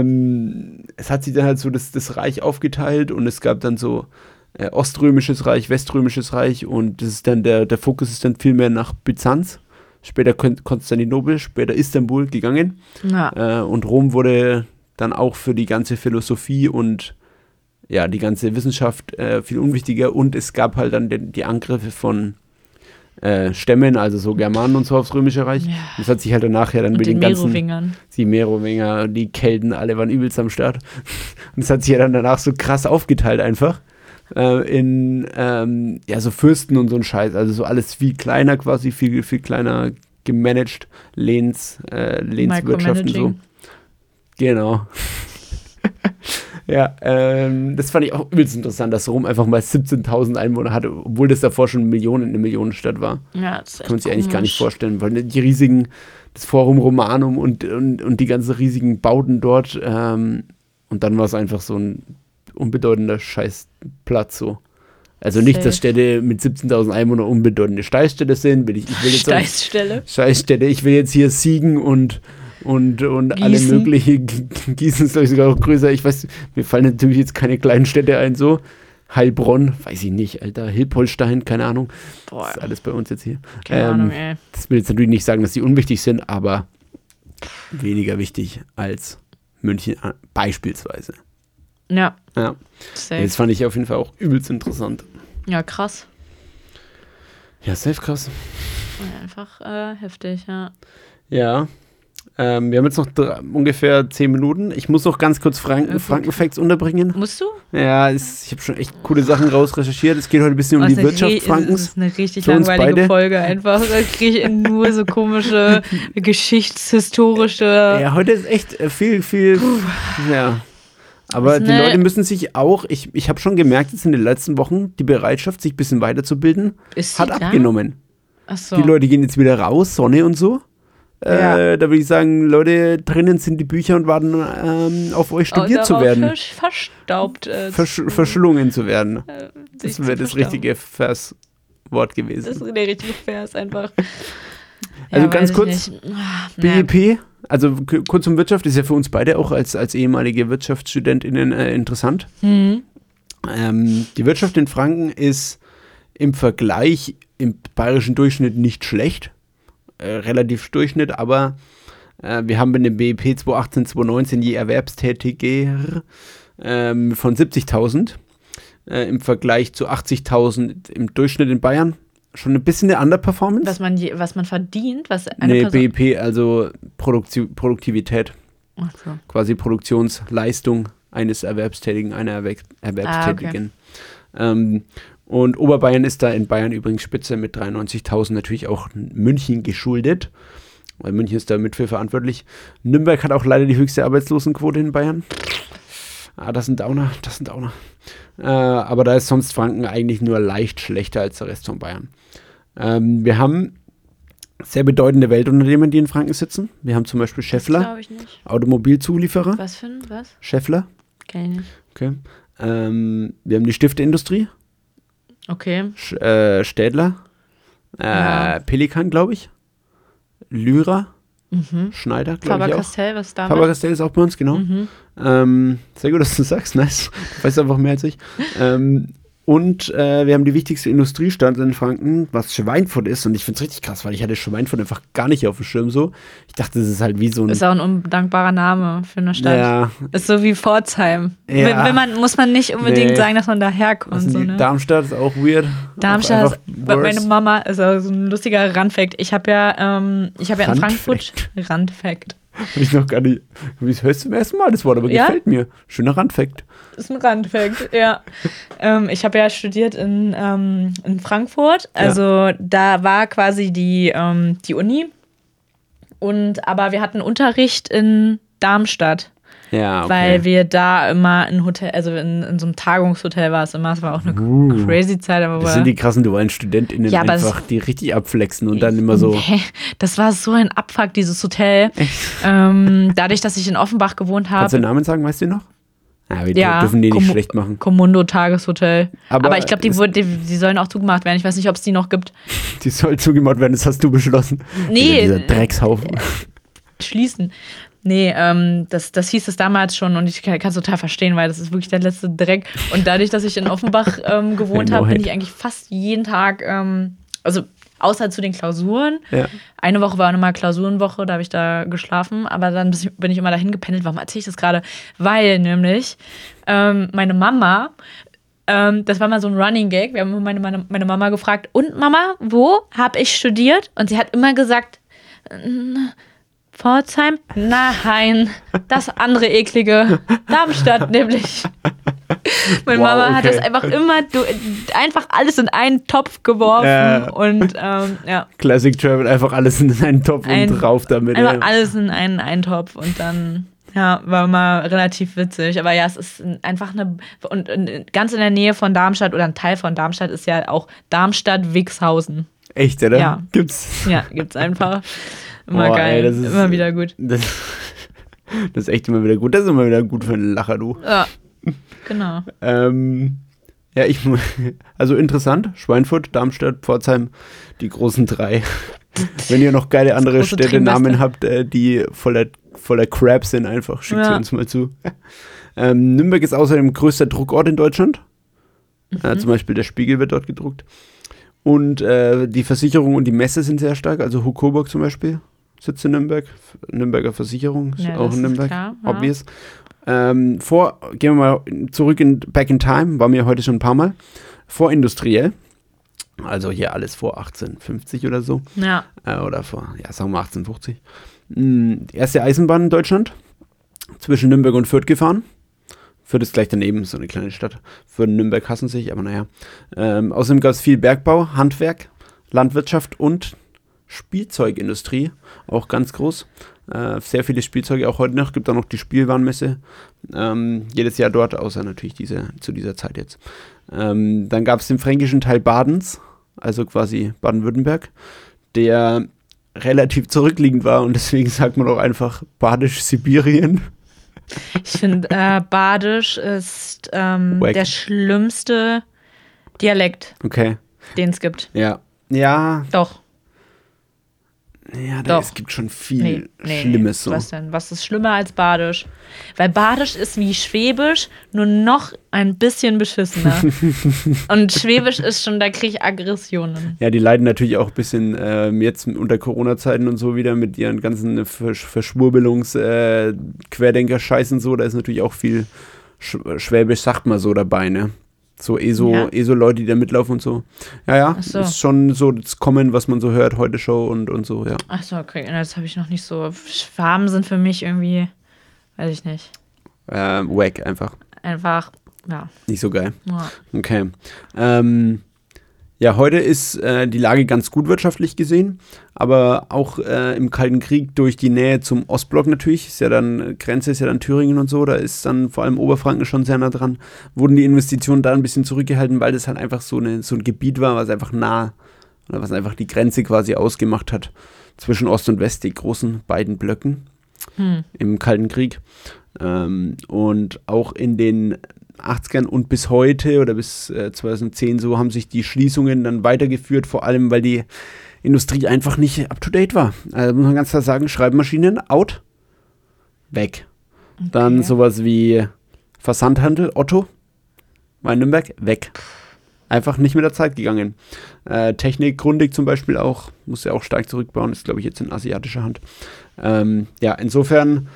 Speaker 1: ähm, es hat sich dann halt so das, das Reich aufgeteilt und es gab dann so äh, Oströmisches Reich, Weströmisches Reich und das ist dann der, der Fokus ist dann viel mehr nach Byzanz, später Kon Konstantinopel, später Istanbul gegangen
Speaker 2: Ja,
Speaker 1: äh, und Rom wurde dann auch für die ganze Philosophie und ja, die ganze Wissenschaft äh, viel unwichtiger und es gab halt dann den, die Angriffe von äh, Stämmen, also so Germanen und so aufs Römische Reich.
Speaker 2: Ja.
Speaker 1: Das hat sich halt dann nachher dann
Speaker 2: und
Speaker 1: mit
Speaker 2: den
Speaker 1: den ganzen
Speaker 2: Merowingern.
Speaker 1: die Merowinger, die Kelten, alle waren übelst am Start. Und es hat sich ja dann danach so krass aufgeteilt einfach. Äh, in ähm, ja, so Fürsten und so ein Scheiß. Also so alles viel kleiner quasi, viel, viel kleiner gemanagt, Lehns, äh, Lehnswirtschaften so.
Speaker 2: Micromanaging.
Speaker 1: Genau. ja, ähm, das fand ich auch übelst interessant, dass Rom einfach mal 17.000 Einwohner hatte, obwohl das davor schon Millionen, eine Millionenstadt war.
Speaker 2: Ja, das ist echt
Speaker 1: Kann man sich eigentlich gar nicht
Speaker 2: komisch.
Speaker 1: vorstellen, weil ne, die riesigen, das Forum Romanum und, und, und die ganzen riesigen Bauten dort ähm, und dann war es einfach so ein unbedeutender Scheißplatz so. Also nicht, dass
Speaker 2: Safe.
Speaker 1: Städte mit 17.000 Einwohnern unbedeutende Steißstädte sind. Will ich, ich will jetzt auch-
Speaker 2: Steißstelle.
Speaker 1: Scheißstädte, ich will jetzt hier siegen und und, und alle
Speaker 2: Gießen.
Speaker 1: möglichen, Gießen ist glaube ich sogar noch größer, ich weiß, mir fallen natürlich jetzt keine kleinen Städte ein, so, Heilbronn, weiß ich nicht, Alter, Hilpolstein, keine Ahnung,
Speaker 2: Boah,
Speaker 1: das ist alles bei uns jetzt hier.
Speaker 2: keine
Speaker 1: ähm,
Speaker 2: Ahnung, ey.
Speaker 1: Das will jetzt natürlich nicht sagen, dass sie unwichtig sind, aber weniger wichtig als München äh, beispielsweise.
Speaker 2: Ja,
Speaker 1: Ja,
Speaker 2: safe.
Speaker 1: das fand ich auf jeden Fall auch übelst interessant.
Speaker 2: Ja, krass.
Speaker 1: Ja, safe krass.
Speaker 2: Ja, Einfach äh, heftig, ja.
Speaker 1: Ja. Ähm, wir haben jetzt noch drei, ungefähr zehn Minuten. Ich muss noch ganz kurz Franken,
Speaker 2: Ja, gut.
Speaker 1: Frankenfacts unterbringen.
Speaker 2: Musst du?
Speaker 1: Ja, es, ich habe schon echt coole Sachen rausrecherchiert. Es geht heute ein bisschen um
Speaker 2: Was
Speaker 1: die
Speaker 2: eine ri-
Speaker 1: Wirtschaft
Speaker 2: Das
Speaker 1: Frankens.
Speaker 2: ist eine richtig
Speaker 1: Für uns
Speaker 2: langweilige
Speaker 1: beide.
Speaker 2: Folge einfach. Da kriege ich nur so komische geschichtshistorische.
Speaker 1: Ja, heute ist echt äh, viel, viel. Ja. Aber
Speaker 2: Ist
Speaker 1: die
Speaker 2: ne-
Speaker 1: Leute müssen sich auch, ich, ich habe schon gemerkt, jetzt in den letzten Wochen, die Bereitschaft, sich ein bisschen weiterzubilden,
Speaker 2: Ist
Speaker 1: hat
Speaker 2: sie da?
Speaker 1: abgenommen.
Speaker 2: Achso.
Speaker 1: Die Leute gehen jetzt wieder raus, Sonne und so. Äh,
Speaker 2: Ja.
Speaker 1: Da würde ich sagen, Leute, drinnen sind die Bücher und warten ähm, auf euch
Speaker 2: Und
Speaker 1: studiert zu
Speaker 2: darauf
Speaker 1: werden.
Speaker 2: Oh, versch- Verstaubt. Äh,
Speaker 1: Versch
Speaker 2: zu-
Speaker 1: verschlungen zu werden.
Speaker 2: äh, sich
Speaker 1: Das
Speaker 2: zu
Speaker 1: wäre das
Speaker 2: verstauben.
Speaker 1: richtige Verswort
Speaker 2: Das
Speaker 1: gewesen.
Speaker 2: ist der richtige Vers einfach.
Speaker 1: Also ganz
Speaker 2: weiß ich
Speaker 1: kurz,
Speaker 2: nicht. Ah, nee.
Speaker 1: BIP, also k- kurz um Wirtschaft, ist ja für uns beide auch als, als ehemalige WirtschaftsstudentInnen äh, interessant.
Speaker 2: Hm.
Speaker 1: Ähm, die Wirtschaft in Franken ist im Vergleich im bayerischen Durchschnitt nicht schlecht. Äh, relativ Durchschnitt, aber äh, wir haben mit dem BIP 2018, 2019 je Erwerbstätiger ähm, von 70.000 äh, im Vergleich zu 80.000 im Durchschnitt in Bayern. Schon ein bisschen eine Underperformance.
Speaker 2: Was man, je, was man verdient, was eine
Speaker 1: nee,
Speaker 2: Person.
Speaker 1: BIP, also Produkti Produktivität,
Speaker 2: Ach so.
Speaker 1: quasi Produktionsleistung eines Erwerbstätigen, einer Erwe Erwerbstätigen. ähm, und Oberbayern ist da in Bayern übrigens Spitze mit 93.000, natürlich auch München geschuldet, weil München ist da mit für verantwortlich. Nürnberg hat auch leider die höchste Arbeitslosenquote in Bayern. Ah, das sind Downer, das sind Downer. Äh, aber da ist sonst Franken eigentlich nur leicht schlechter als der Rest von Bayern. Ähm, wir haben sehr bedeutende Weltunternehmen, die in Franken sitzen. Wir haben zum Beispiel Scheffler,
Speaker 2: Glaube ich nicht.
Speaker 1: Automobilzulieferer.
Speaker 2: Was für ein, was?
Speaker 1: Scheffler,
Speaker 2: Kenn ich nicht.
Speaker 1: okay. Ähm, wir haben die Stifteindustrie,
Speaker 2: Okay.
Speaker 1: Sch äh, Städler, äh,
Speaker 2: Ja.
Speaker 1: Pelikan, glaube ich, Lyra,
Speaker 2: Mhm.
Speaker 1: Schneider, glaube
Speaker 2: Faber
Speaker 1: ich auch.
Speaker 2: Castell, was ist damit?
Speaker 1: Faber-Castell ist auch bei uns, genau.
Speaker 2: Mhm.
Speaker 1: Ähm, sehr gut, dass du sagst, nice. Du weißt einfach mehr als ich. Ähm, Und äh, wir haben die wichtigste Industriestadt in Franken, was Schweinfurt ist. Und ich finde es richtig krass, weil ich hatte Schweinfurt einfach gar nicht auf dem Schirm so. Ich dachte, es ist halt wie so ein.
Speaker 2: Ist auch ein undankbarer Name für eine Stadt.
Speaker 1: Ja.
Speaker 2: Ist so wie Pforzheim.
Speaker 1: Ja.
Speaker 2: Wenn, wenn man, muss man nicht unbedingt
Speaker 1: Nee.
Speaker 2: sagen, dass man daherkommt.
Speaker 1: Also
Speaker 2: So,
Speaker 1: die-
Speaker 2: ne?
Speaker 1: Darmstadt ist auch weird.
Speaker 2: Darmstadt,
Speaker 1: Auch
Speaker 2: ist, bei- meine
Speaker 1: worse.
Speaker 2: Mama, ist auch so ein lustiger Randfact. Ich habe ja, ähm, ich habe ja in Frankfurt
Speaker 1: Randfact.
Speaker 2: Randfact.
Speaker 1: Hab ich noch gar nicht. Hab ich hörst du zum ersten Mal das Wort, aber
Speaker 2: Ja?
Speaker 1: gefällt mir. Schöner Randfact.
Speaker 2: Ist ein Randfact, ja. ähm, ich habe ja studiert in, ähm, in Frankfurt. Also da war quasi die, ähm, die Uni. Und aber wir hatten Unterricht in Darmstadt.
Speaker 1: Ja,
Speaker 2: Weil wir da immer in Hotel, also in, in so einem Tagungshotel war es immer, es war auch eine
Speaker 1: Uh.
Speaker 2: crazy Zeit, aber
Speaker 1: das sind die krassen dualen StudentInnen
Speaker 2: Ja, aber um
Speaker 1: einfach, die richtig abflexen und dann immer so.
Speaker 2: Nee, das war so ein Abfuck, dieses Hotel. ähm, dadurch, dass ich in Offenbach gewohnt
Speaker 1: Kannst du den
Speaker 2: habe.
Speaker 1: Namen sagen, weißt du noch? Ah, wir
Speaker 2: Ja,
Speaker 1: dürfen die nicht
Speaker 2: Kommu-
Speaker 1: schlecht machen.
Speaker 2: Kommando Tageshotel.
Speaker 1: Aber
Speaker 2: Aber, ich glaube, die,
Speaker 1: es-
Speaker 2: wurden- die, die sollen auch zugemacht werden. Ich weiß nicht, ob es die noch gibt.
Speaker 1: Die soll zugemacht werden, das hast du beschlossen.
Speaker 2: Nee.
Speaker 1: Dieser Dreckshaufen.
Speaker 2: Schließen. Nee, ähm, das, das hieß es damals schon und ich kann es total verstehen, weil das ist wirklich der letzte Dreck. Und dadurch, dass ich in Offenbach ähm, gewohnt
Speaker 1: I know
Speaker 2: habe, bin
Speaker 1: it.
Speaker 2: ich eigentlich fast jeden Tag, ähm, also außer zu den Klausuren,
Speaker 1: Ja.
Speaker 2: Eine Woche war nochmal Klausurenwoche, da habe ich da geschlafen, aber dann bis- bin ich immer dahin gependelt. Warum erzähle ich das gerade? Weil nämlich ähm, meine Mama, ähm, das war mal so ein Running Gag, wir haben immer meine, meine, meine Mama gefragt, und Mama, wo habe ich studiert? Und sie hat immer gesagt, "Mm, Pforzheim? Nein, das andere eklige, Darmstadt nämlich. Meine
Speaker 1: Wow,
Speaker 2: Mama hat
Speaker 1: okay.
Speaker 2: das einfach immer, du, einfach alles in einen Topf geworfen
Speaker 1: Ja.
Speaker 2: und ähm, ja.
Speaker 1: Classic Travel, einfach alles in einen Topf
Speaker 2: Ein-
Speaker 1: und drauf damit.
Speaker 2: Einfach
Speaker 1: ja.
Speaker 2: alles in einen Eintopf und dann, ja, war mal relativ witzig. Aber ja, es ist ein- einfach eine. Und in- ganz in der Nähe von Darmstadt oder ein Teil von Darmstadt ist ja auch Darmstadt-Wixhausen.
Speaker 1: Echt, oder?
Speaker 2: Ja.
Speaker 1: Gibt's.
Speaker 2: Ja, gibt's einfach. Immer
Speaker 1: Boah,
Speaker 2: geil.
Speaker 1: ey, das ist-
Speaker 2: immer wieder gut.
Speaker 1: Das, das ist echt immer wieder gut. Das ist immer wieder gut für einen Lacher, du.
Speaker 2: Ja. Genau.
Speaker 1: Ähm, ja, ich. mu- Also interessant. Schweinfurt, Darmstadt, Pforzheim, die großen drei. Wenn ihr noch geile andere
Speaker 2: große
Speaker 1: Städtenamen
Speaker 2: Trimester.
Speaker 1: habt, äh, die voller, voller Crap sind, einfach schickt sie
Speaker 2: Ja.
Speaker 1: uns mal zu. Ähm, Nürnberg ist außerdem größter Druckort in Deutschland.
Speaker 2: Mhm.
Speaker 1: Äh, zum Beispiel der Spiegel wird dort gedruckt. Und äh, die Versicherung und die Messe sind sehr stark. Also Hukoburg zum Beispiel sitzt in Nürnberg. F- Nürnberger Versicherung ist
Speaker 2: Ja,
Speaker 1: auch
Speaker 2: das
Speaker 1: in
Speaker 2: ist
Speaker 1: Nürnberg.
Speaker 2: klar, ja.
Speaker 1: obvious. Ähm, vor, gehen wir mal zurück in Back in Time, war mir heute schon ein paar Mal. Vorindustriell. Also hier alles vor 1850 oder so.
Speaker 2: Ja.
Speaker 1: Äh, oder vor, ja, sagen wir 1850. Mm, Die erste Eisenbahn in Deutschland zwischen Nürnberg und Fürth gefahren. Fürth ist gleich daneben, so eine kleine Stadt. Fürth und Nürnberg hassen sich, aber naja. Ähm, außerdem gab es viel Bergbau, Handwerk, Landwirtschaft und Spielzeugindustrie, auch ganz groß. Äh, sehr viele Spielzeuge, auch heute noch. Gibt auch noch die Spielwarenmesse. Ähm, jedes Jahr dort, außer natürlich diese, zu dieser Zeit jetzt. Ähm, dann gab es den fränkischen Teil Badens, also quasi Baden-Württemberg der relativ zurückliegend war und deswegen sagt man auch einfach Badisch Sibirien.
Speaker 2: Ich finde, äh, Badisch ist ähm,
Speaker 1: Wack.
Speaker 2: der schlimmste Dialekt,
Speaker 1: Okay.
Speaker 2: den es gibt.
Speaker 1: Ja. Ja,
Speaker 2: Doch.
Speaker 1: ja da,
Speaker 2: Doch.
Speaker 1: es gibt schon viel Hm, Schlimmes so.
Speaker 2: Was denn? Was ist schlimmer als Badisch? Weil Badisch ist wie Schwäbisch, nur noch ein bisschen beschissener. Und Schwäbisch ist schon, da kriege ich Aggressionen.
Speaker 1: Ja, die leiden natürlich auch ein bisschen ähm, jetzt unter Corona-Zeiten und so wieder mit ihren ganzen Versch Verschwurbelungs-Querdenker-Scheiß und so. Da ist natürlich auch viel Sch Schwäbisch, sagt man so, dabei, ne? So ESO,
Speaker 2: Ja.
Speaker 1: ESO-Leute, die da mitlaufen und so. Ja, ja,
Speaker 2: Ach so.
Speaker 1: ist schon so das Kommen, was man so hört, heute Show und, und so, ja.
Speaker 2: Achso, okay, na, das habe ich noch nicht so. Schwaben sind für mich irgendwie, weiß ich nicht,
Speaker 1: Ähm, wack einfach.
Speaker 2: einfach, ja.
Speaker 1: Nicht so geil.
Speaker 2: ja.
Speaker 1: Okay. Ähm, ja, heute ist äh, die Lage ganz gut wirtschaftlich gesehen, aber auch äh, im Kalten Krieg durch die Nähe zum Ostblock natürlich, ist ja dann, Grenze ist ja dann Thüringen und so, da ist dann vor allem Oberfranken schon sehr nah dran, wurden die Investitionen da ein bisschen zurückgehalten, weil das halt einfach so, eine, so ein Gebiet war, was einfach nah, oder was einfach die Grenze quasi ausgemacht hat zwischen Ost und West, die großen beiden Blöcken
Speaker 2: Hm.
Speaker 1: im Kalten Krieg. Ähm, und auch in den 80ern und bis heute oder bis äh, 2010 so haben sich die Schließungen dann weitergeführt, vor allem weil die Industrie einfach nicht up-to-date war. Also muss man ganz klar sagen, Schreibmaschinen out, weg. Dann
Speaker 2: Okay.
Speaker 1: sowas wie Versandhandel, Otto, Weinenberg, weg. einfach nicht mit der Zeit gegangen. Äh, Technik Grundig zum Beispiel auch, muss ja auch stark zurückbauen, ist glaube ich jetzt in asiatischer Hand. Ähm, ja, insofern,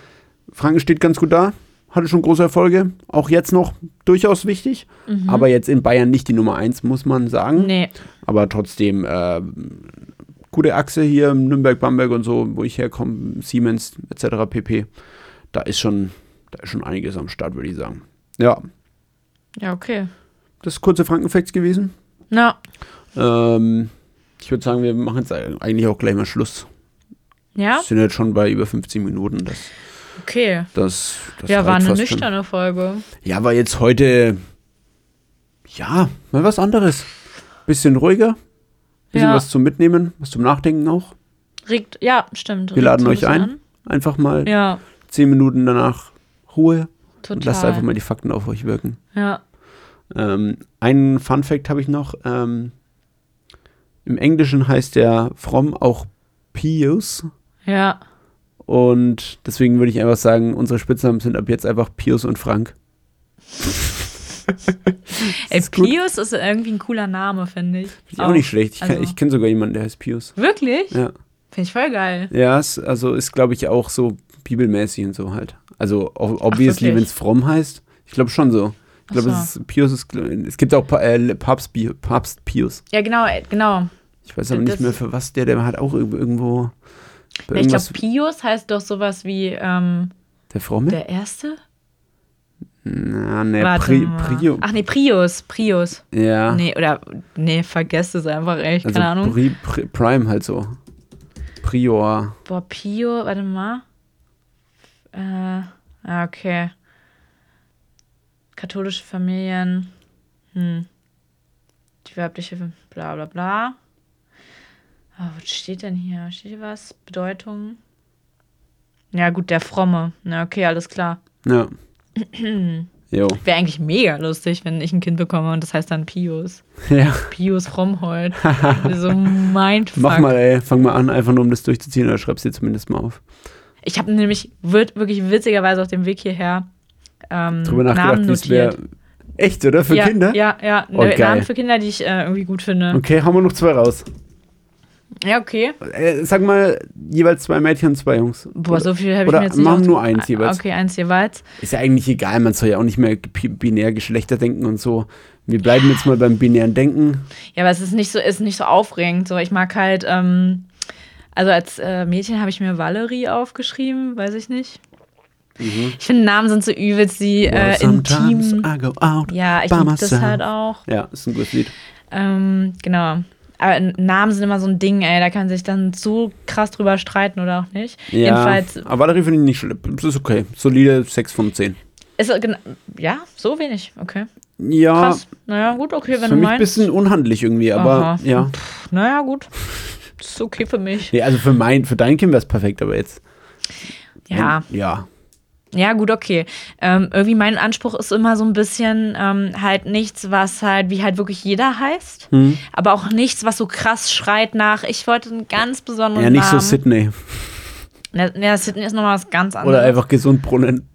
Speaker 1: Franken steht ganz gut da, hatte schon große Erfolge, auch jetzt noch durchaus wichtig, aber jetzt in Bayern nicht die Nummer 1, muss man sagen.
Speaker 2: Nee.
Speaker 1: Aber trotzdem, äh, gute Achse hier, Nürnberg, Bamberg und so, wo ich herkomme, Siemens etc. pp. Da ist schon, da ist schon einiges am Start, würde ich sagen. Ja,
Speaker 2: Ja, okay.
Speaker 1: das ist kurze Frankenfacts gewesen.
Speaker 2: Na,
Speaker 1: Ähm, ich würde sagen, wir machen jetzt eigentlich auch gleich mal Schluss. Wir
Speaker 2: ja,
Speaker 1: sind jetzt schon bei über 15 Minuten. Das,
Speaker 2: okay.
Speaker 1: das, das
Speaker 2: ja,
Speaker 1: reicht
Speaker 2: war eine
Speaker 1: fast schon.
Speaker 2: nüchterne Folge.
Speaker 1: Ja, war jetzt heute, ja, mal was anderes. Bisschen ruhiger, bisschen
Speaker 2: Ja.
Speaker 1: was zum Mitnehmen, was zum Nachdenken auch.
Speaker 2: Regt, ja, stimmt.
Speaker 1: Wir
Speaker 2: regt
Speaker 1: laden
Speaker 2: so
Speaker 1: euch
Speaker 2: bisschen
Speaker 1: ein.
Speaker 2: an.
Speaker 1: Einfach mal
Speaker 2: Ja,
Speaker 1: zehn Minuten danach Ruhe
Speaker 2: total.
Speaker 1: und lasst einfach mal die Fakten auf euch wirken.
Speaker 2: ja.
Speaker 1: Ähm, einen Fun Fact habe ich noch. Ähm, Im Englischen heißt der From auch Pius.
Speaker 2: Ja,
Speaker 1: Und deswegen würde ich einfach sagen, unsere Spitznamen sind ab jetzt einfach Pius und Frank.
Speaker 2: ey,
Speaker 1: ist gut.
Speaker 2: Pius ist irgendwie ein cooler Name, finde ich.
Speaker 1: Ist auch nicht schlecht. Ich, kann-
Speaker 2: also-
Speaker 1: ich kenne sogar jemanden, der heißt Pius.
Speaker 2: Wirklich?
Speaker 1: Ja.
Speaker 2: Finde ich voll geil.
Speaker 1: Ja, es, also ist, glaube ich, auch so bibelmäßig und so halt. Also o- obviously,
Speaker 2: wirklich?
Speaker 1: wenn es fromm heißt. Ich glaube schon so. Ich glaube,
Speaker 2: Ach
Speaker 1: es ist Pius ist, es gibt auch Pa- äh, Papst, Bi- Papst Pius.
Speaker 2: Ja, genau, ey, genau.
Speaker 1: Ich weiß aber nicht
Speaker 2: Das-
Speaker 1: mehr für was der, der hat auch irgendwo- irgendwo bei
Speaker 2: Ja, ich
Speaker 1: irgendwas Hm?
Speaker 2: glaube, Pius heißt doch sowas wie ähm,
Speaker 1: der Fromme?
Speaker 2: der Erste?
Speaker 1: Na, ne,
Speaker 2: Warte
Speaker 1: Pri,
Speaker 2: mal.
Speaker 1: Prio.
Speaker 2: Ach nee, Prius, Prius.
Speaker 1: ja.
Speaker 2: Nee, oder, nee, vergesst es einfach, echt,
Speaker 1: also
Speaker 2: keine Ahnung.
Speaker 1: Pri, Pri, Prime halt so. Prior.
Speaker 2: Boah, Pio, warte mal. Äh, ah, okay. Katholische Familien. Hm. Die weibliche, bla bla bla. Ah, was steht denn hier? Steht hier was? Bedeutung? Ja, gut, der Fromme. Na, okay, alles klar.
Speaker 1: Ja. jo.
Speaker 2: Wäre eigentlich mega lustig, wenn ich ein Kind bekomme und das heißt dann Pius.
Speaker 1: Ja,
Speaker 2: Pius Frommhold. so mindfuck.
Speaker 1: mach mal, ey. Fang mal an, einfach nur um das durchzuziehen oder schreib's dir zumindest mal auf.
Speaker 2: Ich habe nämlich wird wirklich witzigerweise auf dem Weg hierher ähm,
Speaker 1: Drüber nachgedacht,
Speaker 2: Namen
Speaker 1: wie es
Speaker 2: notiert.
Speaker 1: wäre. Echt, oder? Für
Speaker 2: ja,
Speaker 1: Kinder?
Speaker 2: Ja, ja.
Speaker 1: Oh, geil.
Speaker 2: Namen für Kinder, die ich äh, irgendwie gut finde.
Speaker 1: Okay, haben wir noch zwei raus.
Speaker 2: Ja, okay.
Speaker 1: Äh, sag mal, jeweils zwei Mädchen und zwei Jungs.
Speaker 2: Boah, so viel habe ich
Speaker 1: oder
Speaker 2: mir jetzt nicht
Speaker 1: machen
Speaker 2: ausge-
Speaker 1: nur eins
Speaker 2: Ah,
Speaker 1: jeweils.
Speaker 2: Okay, eins jeweils.
Speaker 1: Ist ja eigentlich egal, man soll ja auch nicht mehr bi- binär Geschlechter denken und so. Wir bleiben jetzt mal beim binären Denken.
Speaker 2: Ja, aber es ist nicht so, ist nicht so aufregend. So, ich mag halt, ähm, also als äh, Mädchen habe ich mir Valerie aufgeschrieben, weiß ich nicht. Ich finde, Namen sind so übelst die äh,
Speaker 1: Mhm. sometimes
Speaker 2: intim.
Speaker 1: I go out
Speaker 2: Ja, ich
Speaker 1: by
Speaker 2: liebe das
Speaker 1: myself.
Speaker 2: halt auch.
Speaker 1: Ja, ist ein gutes Lied.
Speaker 2: Ähm, genau. Aber Namen sind immer so ein Ding, ey. Da kann sich dann so krass drüber streiten oder auch nicht.
Speaker 1: Ja,
Speaker 2: Jedenfalls
Speaker 1: aber Valerie finde ich nicht schlimm. Das ist okay. Solide 6 von 10.
Speaker 2: ist es gena- ja so wenig. Okay.
Speaker 1: Ja,
Speaker 2: Krass. Naja, gut, okay, wenn
Speaker 1: Ah. für
Speaker 2: du
Speaker 1: mich ein
Speaker 2: meinst.
Speaker 1: bisschen unhandlich irgendwie, aber
Speaker 2: Aha.
Speaker 1: ja.
Speaker 2: Naja, gut. Ist okay für mich.
Speaker 1: Nee, also für, mein, für dein Kind wäre es perfekt, aber jetzt.
Speaker 2: Ja.
Speaker 1: Ja.
Speaker 2: Ja, gut, okay. Ähm, irgendwie mein Anspruch ist immer so ein bisschen ähm, halt nichts, was halt, wie halt wirklich jeder heißt.
Speaker 1: Hm.
Speaker 2: Aber auch nichts, was so krass schreit nach, ich wollte einen ganz besonderen
Speaker 1: Ja, nicht so
Speaker 2: Namen.
Speaker 1: Sydney.
Speaker 2: Na, na, Sydney ist nochmal was ganz anderes.
Speaker 1: Oder einfach Gesundbrunnen.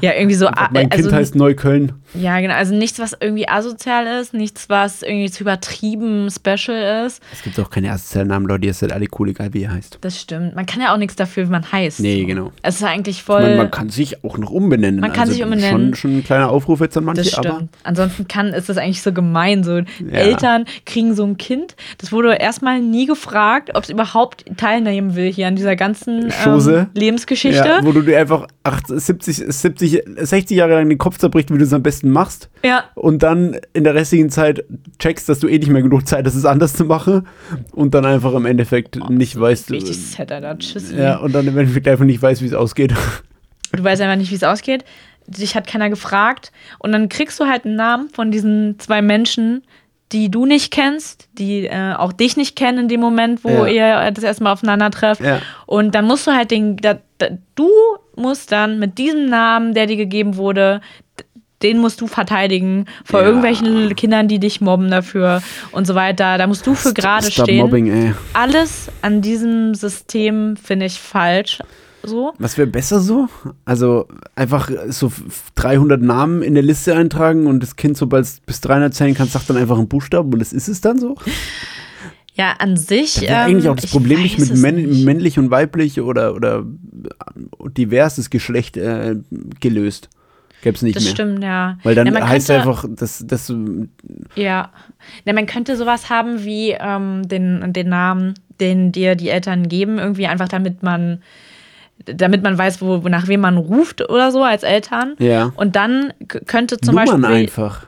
Speaker 2: ja, irgendwie so. a-
Speaker 1: Mein
Speaker 2: also,
Speaker 1: Kind heißt Neukölln.
Speaker 2: Ja, genau. Also nichts, was irgendwie asozial ist, nichts, was irgendwie zu übertrieben special ist.
Speaker 1: Es gibt auch keine asozialen Namen, Leute, ihr seid alle cool, egal wie ihr heißt.
Speaker 2: Das stimmt. Man kann ja auch nichts dafür, wie man heißt.
Speaker 1: Nee, genau.
Speaker 2: Es ist eigentlich
Speaker 1: Ich
Speaker 2: voll.
Speaker 1: meine, man kann sich auch noch umbenennen. Also
Speaker 2: Man kann sich umbenennen.
Speaker 1: Schon, schon ein kleiner Aufruf jetzt an manche,
Speaker 2: das stimmt.
Speaker 1: aber
Speaker 2: Ansonsten kann, ist das eigentlich so gemein. So Eltern kriegen so ein Kind. Das wurde erstmal nie gefragt, ob es überhaupt teilnehmen will hier an dieser ganzen ähm,
Speaker 1: Chose.
Speaker 2: Lebensgeschichte.
Speaker 1: Ja, wo du dir einfach acht, 70, 70, 60 Jahre lang den Kopf zerbricht, wie du es am besten machst.
Speaker 2: Ja.
Speaker 1: Und dann in der restlichen Zeit checkst, dass du eh nicht mehr genug Zeit hast, es anders zu machen. Und dann einfach im Endeffekt nicht weißt.
Speaker 2: Richtig sad, Alter. Tschüss.
Speaker 1: Ja, und dann im Endeffekt einfach nicht weißt, wie es ausgeht.
Speaker 2: Du weißt einfach nicht, wie es ausgeht. Dich hat keiner gefragt. Und dann kriegst du halt einen Namen von diesen zwei Menschen, die du nicht kennst, die äh, auch dich nicht kennen in dem Moment, wo ihr äh, das erste Mal aufeinander trefft.
Speaker 1: Ja.
Speaker 2: Und dann musst du halt den, da, da, du musst dann mit diesem Namen, der dir gegeben wurde, d- den musst du verteidigen vor
Speaker 1: Ja.
Speaker 2: irgendwelchen Kindern, die dich mobben dafür und so weiter. Da musst du für gerade
Speaker 1: Stop
Speaker 2: stehen
Speaker 1: Mobbing, ey.
Speaker 2: alles an diesem System finde ich falsch. so.
Speaker 1: Was wäre besser so? Also einfach so 300 Namen in der Liste eintragen und das Kind, sobald es bis 300 zählen kann, sagt dann einfach einen Buchstaben und das ist es dann so?
Speaker 2: Ja, an sich.
Speaker 1: Das wäre
Speaker 2: ähm,
Speaker 1: eigentlich auch das
Speaker 2: ich
Speaker 1: Problem nicht
Speaker 2: weiß
Speaker 1: mit
Speaker 2: es
Speaker 1: männ
Speaker 2: nicht.
Speaker 1: männlich und weiblich oder, oder äh, diverses Geschlecht äh, gelöst. Gäbe es nicht
Speaker 2: Das
Speaker 1: mehr.
Speaker 2: stimmt, ja.
Speaker 1: Weil dann
Speaker 2: ja, man
Speaker 1: heißt es
Speaker 2: könnte-
Speaker 1: einfach, das, das,
Speaker 2: Ja. Na, man könnte sowas haben wie ähm, den, den Namen, den dir die Eltern geben, irgendwie einfach damit man, damit man weiß, wo, nach wem man ruft oder so als Eltern.
Speaker 1: ja.
Speaker 2: Und dann k- könnte zum
Speaker 1: Nummern
Speaker 2: Beispiel. Äh,
Speaker 1: einfach.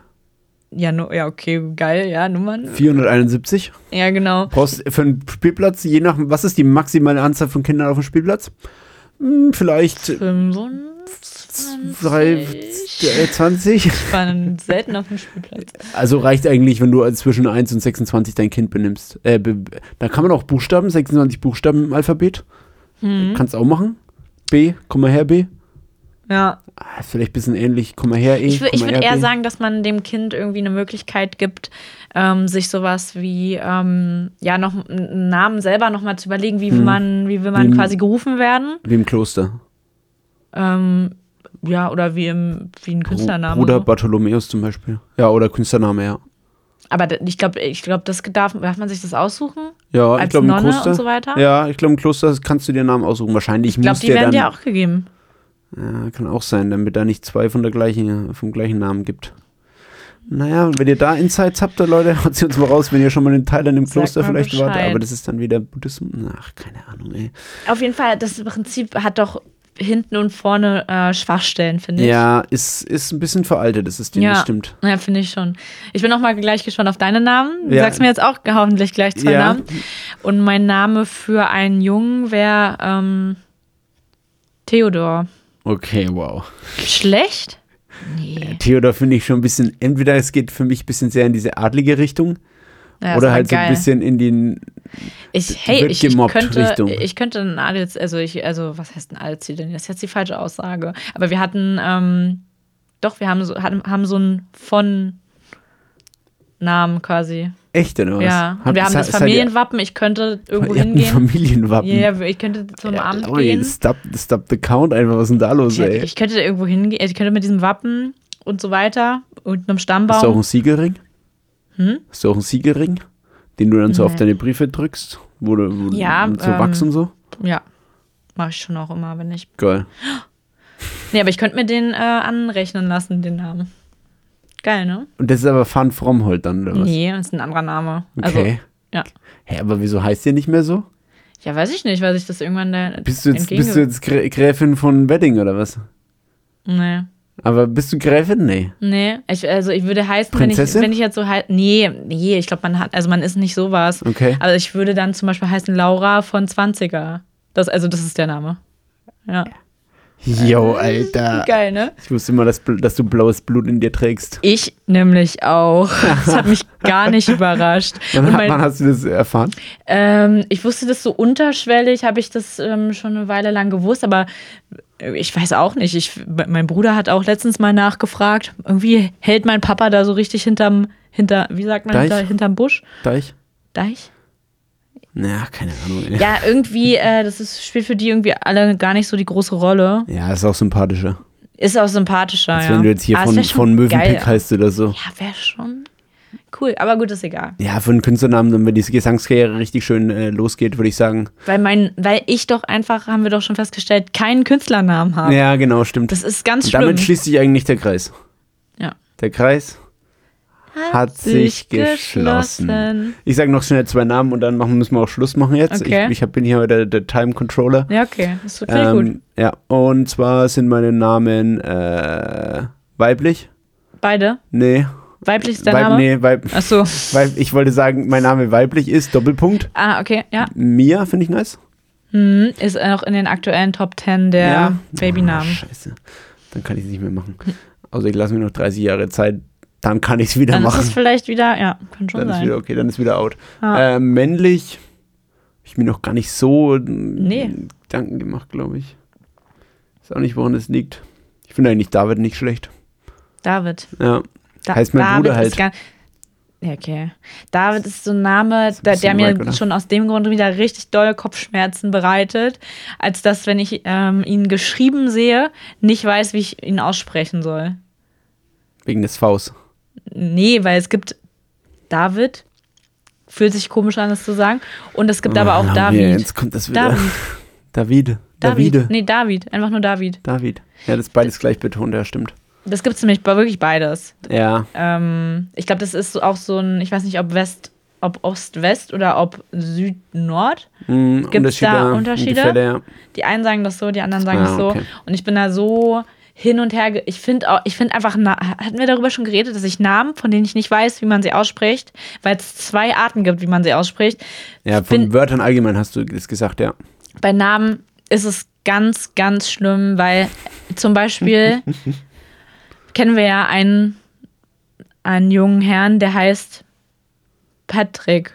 Speaker 2: Ja, nu ja, okay, geil, ja, Nummern.
Speaker 1: 471.
Speaker 2: Ja, genau.
Speaker 1: Brauchst äh, für einen Spielplatz, je nach, was ist die maximale Anzahl von Kindern auf dem Spielplatz? Hm, vielleicht 3,
Speaker 2: 25.
Speaker 1: 20.
Speaker 2: Ich war selten auf dem Spielplatz.
Speaker 1: Also reicht eigentlich, wenn du zwischen 1 und 26 dein Kind benimmst. Äh, be, da kann man auch Buchstaben, 26 Buchstaben im Alphabet. Kannst auch machen. B, komm mal her, B.
Speaker 2: Ja.
Speaker 1: Ah, ist vielleicht ein bisschen ähnlich, komm mal her, E.
Speaker 2: Ich, wür-
Speaker 1: komm
Speaker 2: ich
Speaker 1: mal
Speaker 2: würde
Speaker 1: her,
Speaker 2: eher
Speaker 1: B.
Speaker 2: sagen, dass man dem Kind irgendwie eine Möglichkeit gibt, ähm, sich sowas wie, ähm, ja, noch einen Namen selber nochmal zu überlegen,
Speaker 1: Hm.
Speaker 2: wie will man, wie will man
Speaker 1: Wie-
Speaker 2: quasi gerufen werden.
Speaker 1: Wie im Kloster.
Speaker 2: Ähm, ja, oder wie, im, wie ein Künstlername.
Speaker 1: Bruder
Speaker 2: so.
Speaker 1: Bartholomäus zum Beispiel. Ja, oder Künstlername, ja.
Speaker 2: Aber d- ich glaube, ich glaub, das darf, darf man sich das aussuchen.
Speaker 1: Ja, ich
Speaker 2: Als
Speaker 1: glaube im
Speaker 2: Nonne und
Speaker 1: Kloster.
Speaker 2: so weiter?
Speaker 1: Ja, ich glaube im Kloster kannst du dir Namen aussuchen. Wahrscheinlich
Speaker 2: Ich glaube,
Speaker 1: muss
Speaker 2: die
Speaker 1: der
Speaker 2: werden
Speaker 1: dann.
Speaker 2: dir auch gegeben.
Speaker 1: Ja, kann auch sein, damit da nicht zwei von der gleichen, vom gleichen Namen gibt. Naja, und wenn ihr da Insights habt, dann Leute, haut sie uns mal raus, wenn ihr schon mal in Thailand im Kloster
Speaker 2: mal
Speaker 1: vielleicht wart.
Speaker 2: Bescheid.
Speaker 1: Aber das ist dann wieder Buddhismus. Ach, keine Ahnung, ey.
Speaker 2: Auf jeden Fall, das Prinzip hat doch hinten und vorne äh, Schwachstellen, finde ich.
Speaker 1: Ja, ist, ist ein bisschen veraltet, das ist ja.
Speaker 2: Ja.
Speaker 1: stimmt.
Speaker 2: Ja, finde ich schon. Ich bin auch mal gleich gespannt auf deine Namen. Du
Speaker 1: Ja.
Speaker 2: sagst mir jetzt auch hoffentlich gleich zwei
Speaker 1: Ja.
Speaker 2: Namen. Und mein Name für einen Jungen wäre ähm, Theodor.
Speaker 1: Okay, wow.
Speaker 2: Schlecht? Nee.
Speaker 1: Theodor finde ich schon ein bisschen, entweder es geht für mich ein bisschen sehr in diese adlige Richtung
Speaker 2: Ja,
Speaker 1: oder
Speaker 2: ist
Speaker 1: halt so
Speaker 2: geil.
Speaker 1: ein bisschen in den,
Speaker 2: Ich, hey,
Speaker 1: wird
Speaker 2: ich, ich,
Speaker 1: gemobbt
Speaker 2: könnte,
Speaker 1: Richtung.
Speaker 2: ich könnte ein ADC, also ich, also was heißt ein ADC denn? Das ist jetzt die falsche Aussage. Aber wir hatten, ähm, doch, wir haben so, hatten, haben so einen von Namen quasi.
Speaker 1: echt oder was?
Speaker 2: ja. Und
Speaker 1: Habt-
Speaker 2: wir haben
Speaker 1: seid-
Speaker 2: das
Speaker 1: seid ihr-
Speaker 2: Familienwappen, ich könnte irgendwo
Speaker 1: Ihr habt ein
Speaker 2: hingehen.
Speaker 1: Familienwappen.
Speaker 2: Ja, ich könnte zum
Speaker 1: Ja,
Speaker 2: Amt
Speaker 1: Lauri,
Speaker 2: gehen.
Speaker 1: Stop, stop the count einfach, was ist denn da los,
Speaker 2: Tja,
Speaker 1: ey?
Speaker 2: Ich könnte da irgendwo hingehen. also Ich könnte mit diesem Wappen und so weiter und einem
Speaker 1: Hast du auch
Speaker 2: Stammbaum.
Speaker 1: einen Siegelring?
Speaker 2: Hm?
Speaker 1: Hast du auch einen Siegelring, den du dann so auf
Speaker 2: Nee.
Speaker 1: deine Briefe drückst? Wo du, wo du-
Speaker 2: Ja,
Speaker 1: mit so Wachs
Speaker 2: ähm,
Speaker 1: und so?
Speaker 2: Ja, mache ich schon auch immer, wenn ich.
Speaker 1: Geil.
Speaker 2: Nee, aber ich könnte mir den äh, anrechnen lassen, den Namen. Geil, ne?
Speaker 1: Und das ist aber Van Fromhold dann, oder was?
Speaker 2: Nee, das ist ein anderer Name. Also,
Speaker 1: Okay.
Speaker 2: ja.
Speaker 1: Hä, aber wieso heißt der nicht mehr so?
Speaker 2: ja, weiß ich nicht, weil sich das irgendwann da.
Speaker 1: Bist du jetzt, bist du jetzt Grä Gräfin von Wedding oder was?
Speaker 2: Nee.
Speaker 1: Aber bist du Gräfin? Nee.
Speaker 2: Nee, ich, also ich würde heißen, wenn ich,
Speaker 1: Prinzessin?
Speaker 2: wenn ich jetzt so halt. Nee, nee, ich glaube, man hat, also man ist nicht sowas.
Speaker 1: Okay.
Speaker 2: Aber ich würde dann zum Beispiel heißen Laura von 20er. Das, also das ist der Name. Ja.
Speaker 1: Yo, Alter.
Speaker 2: Geil, ne?
Speaker 1: Ich wusste immer, dass, bl- dass du blaues Blut in dir trägst.
Speaker 2: Ich nämlich auch. Das hat mich gar nicht überrascht.
Speaker 1: Wann,
Speaker 2: Und
Speaker 1: hat-
Speaker 2: mein,
Speaker 1: wann hast du das erfahren?
Speaker 2: ähm, ich wusste das so unterschwellig, habe ich das ähm, schon eine Weile lang gewusst, aber ich weiß auch nicht. Ich, mein Bruder hat auch letztens mal nachgefragt. Irgendwie hält mein Papa da so richtig hinterm, hinter, wie sagt man,
Speaker 1: Deich?
Speaker 2: hinter, hinterm Busch?
Speaker 1: Deich?
Speaker 2: Deich?
Speaker 1: Na, keine Ahnung. Ey.
Speaker 2: Ja, irgendwie, äh, das ist, spielt für die irgendwie alle gar nicht so die große Rolle.
Speaker 1: ja, ist auch sympathischer.
Speaker 2: Ist auch sympathischer,
Speaker 1: Als
Speaker 2: ja.
Speaker 1: wenn du jetzt hier
Speaker 2: Aber es
Speaker 1: von,
Speaker 2: wär schon
Speaker 1: von
Speaker 2: geil.
Speaker 1: Mövenpick halt- heißt oder so.
Speaker 2: Ja, wäre schon cool. Aber gut, ist egal.
Speaker 1: Ja, für einen Künstlernamen, dann, wenn die Gesangskarriere richtig schön äh, losgeht, würde ich sagen.
Speaker 2: Weil mein, weil ich doch einfach, haben wir doch schon festgestellt, keinen Künstlernamen habe.
Speaker 1: Ja, genau, stimmt.
Speaker 2: Das ist ganz
Speaker 1: Und
Speaker 2: schlimm.
Speaker 1: damit schließt sich eigentlich der Kreis.
Speaker 2: Ja.
Speaker 1: Der Kreis hat sich geschlossen. Ich sage noch schnell zwei Namen und dann machen, müssen wir auch Schluss machen jetzt.
Speaker 2: Okay.
Speaker 1: Ich, ich hab- bin hier heute der Time Controller.
Speaker 2: Ja, okay. Das tut sehr gut.
Speaker 1: Ähm, ja, und zwar sind meine Namen äh, weiblich.
Speaker 2: Beide.
Speaker 1: Nee,
Speaker 2: Weiblich ist der
Speaker 1: Weib-
Speaker 2: Name.
Speaker 1: nee weib,
Speaker 2: Ach so.
Speaker 1: weib, ich wollte sagen, mein Name weiblich ist Doppelpunkt.
Speaker 2: Ah, okay. Ja.
Speaker 1: Mia finde ich nice.
Speaker 2: Hm, ist auch in den aktuellen Top 10 der
Speaker 1: Ja. Ah,
Speaker 2: Babynamen.
Speaker 1: scheiße. Dann kann ich es nicht mehr machen. Also ich lasse mir noch 30 Jahre Zeit, dann kann ich es wieder
Speaker 2: Dann ist es
Speaker 1: machen.
Speaker 2: vielleicht wieder, ja, kann schon
Speaker 1: Dann ist
Speaker 2: sein.
Speaker 1: wieder okay, dann ist wieder out.
Speaker 2: Ja.
Speaker 1: Äh, männlich, hab ich mir noch gar nicht so nee.
Speaker 2: Nee.
Speaker 1: Gedanken gemacht, glaube ich. Ist auch nicht, woran das liegt. Ich finde eigentlich David nicht schlecht.
Speaker 2: David.
Speaker 1: Ja.
Speaker 2: Da
Speaker 1: Heißt mein
Speaker 2: David
Speaker 1: Bruder halt.
Speaker 2: Ist gar, Ja, okay. David ist so ein Name, der, der
Speaker 1: bisschen
Speaker 2: mir
Speaker 1: wack, oder?
Speaker 2: schon aus dem Grund wieder richtig dolle Kopfschmerzen bereitet, als dass, wenn ich ähm, ihn geschrieben sehe, nicht weiß, wie ich ihn aussprechen soll.
Speaker 1: Wegen des Vs.
Speaker 2: Nee, weil es gibt David, fühlt sich komisch an, das zu sagen. Und es gibt aber auch
Speaker 1: Oh,
Speaker 2: David.
Speaker 1: yeah, Jetzt kommt das wieder.
Speaker 2: David.
Speaker 1: David.
Speaker 2: David.
Speaker 1: Davide.
Speaker 2: Nee, David. Einfach nur David.
Speaker 1: David. Ja, das ist beides gleich betont, ja, stimmt.
Speaker 2: Das gibt es nämlich bei- wirklich beides.
Speaker 1: Ja,
Speaker 2: Ähm, ich glaube, das ist so- auch so ein, ich weiß nicht, ob West, ob Ost-West oder ob Süd-Nord.
Speaker 1: mh,
Speaker 2: Gibt's da Unterschiede?
Speaker 1: Gefälle, ja.
Speaker 2: Die einen sagen das so, die anderen sagen
Speaker 1: Ah,
Speaker 2: das so.
Speaker 1: okay.
Speaker 2: Und ich bin da so hin und her. ge- Ich finde auch, ich finde einfach, Na- hatten wir darüber schon geredet, dass ich Namen, von denen ich nicht weiß, wie man sie ausspricht, weil es zwei Arten gibt, wie man sie ausspricht.
Speaker 1: Ja,
Speaker 2: Ich bin-
Speaker 1: von Wörtern allgemein hast du das gesagt, ja.
Speaker 2: bei Namen ist es ganz, ganz schlimm, weil zum Beispiel kennen wir ja einen, einen jungen Herrn, der heißt Patrick.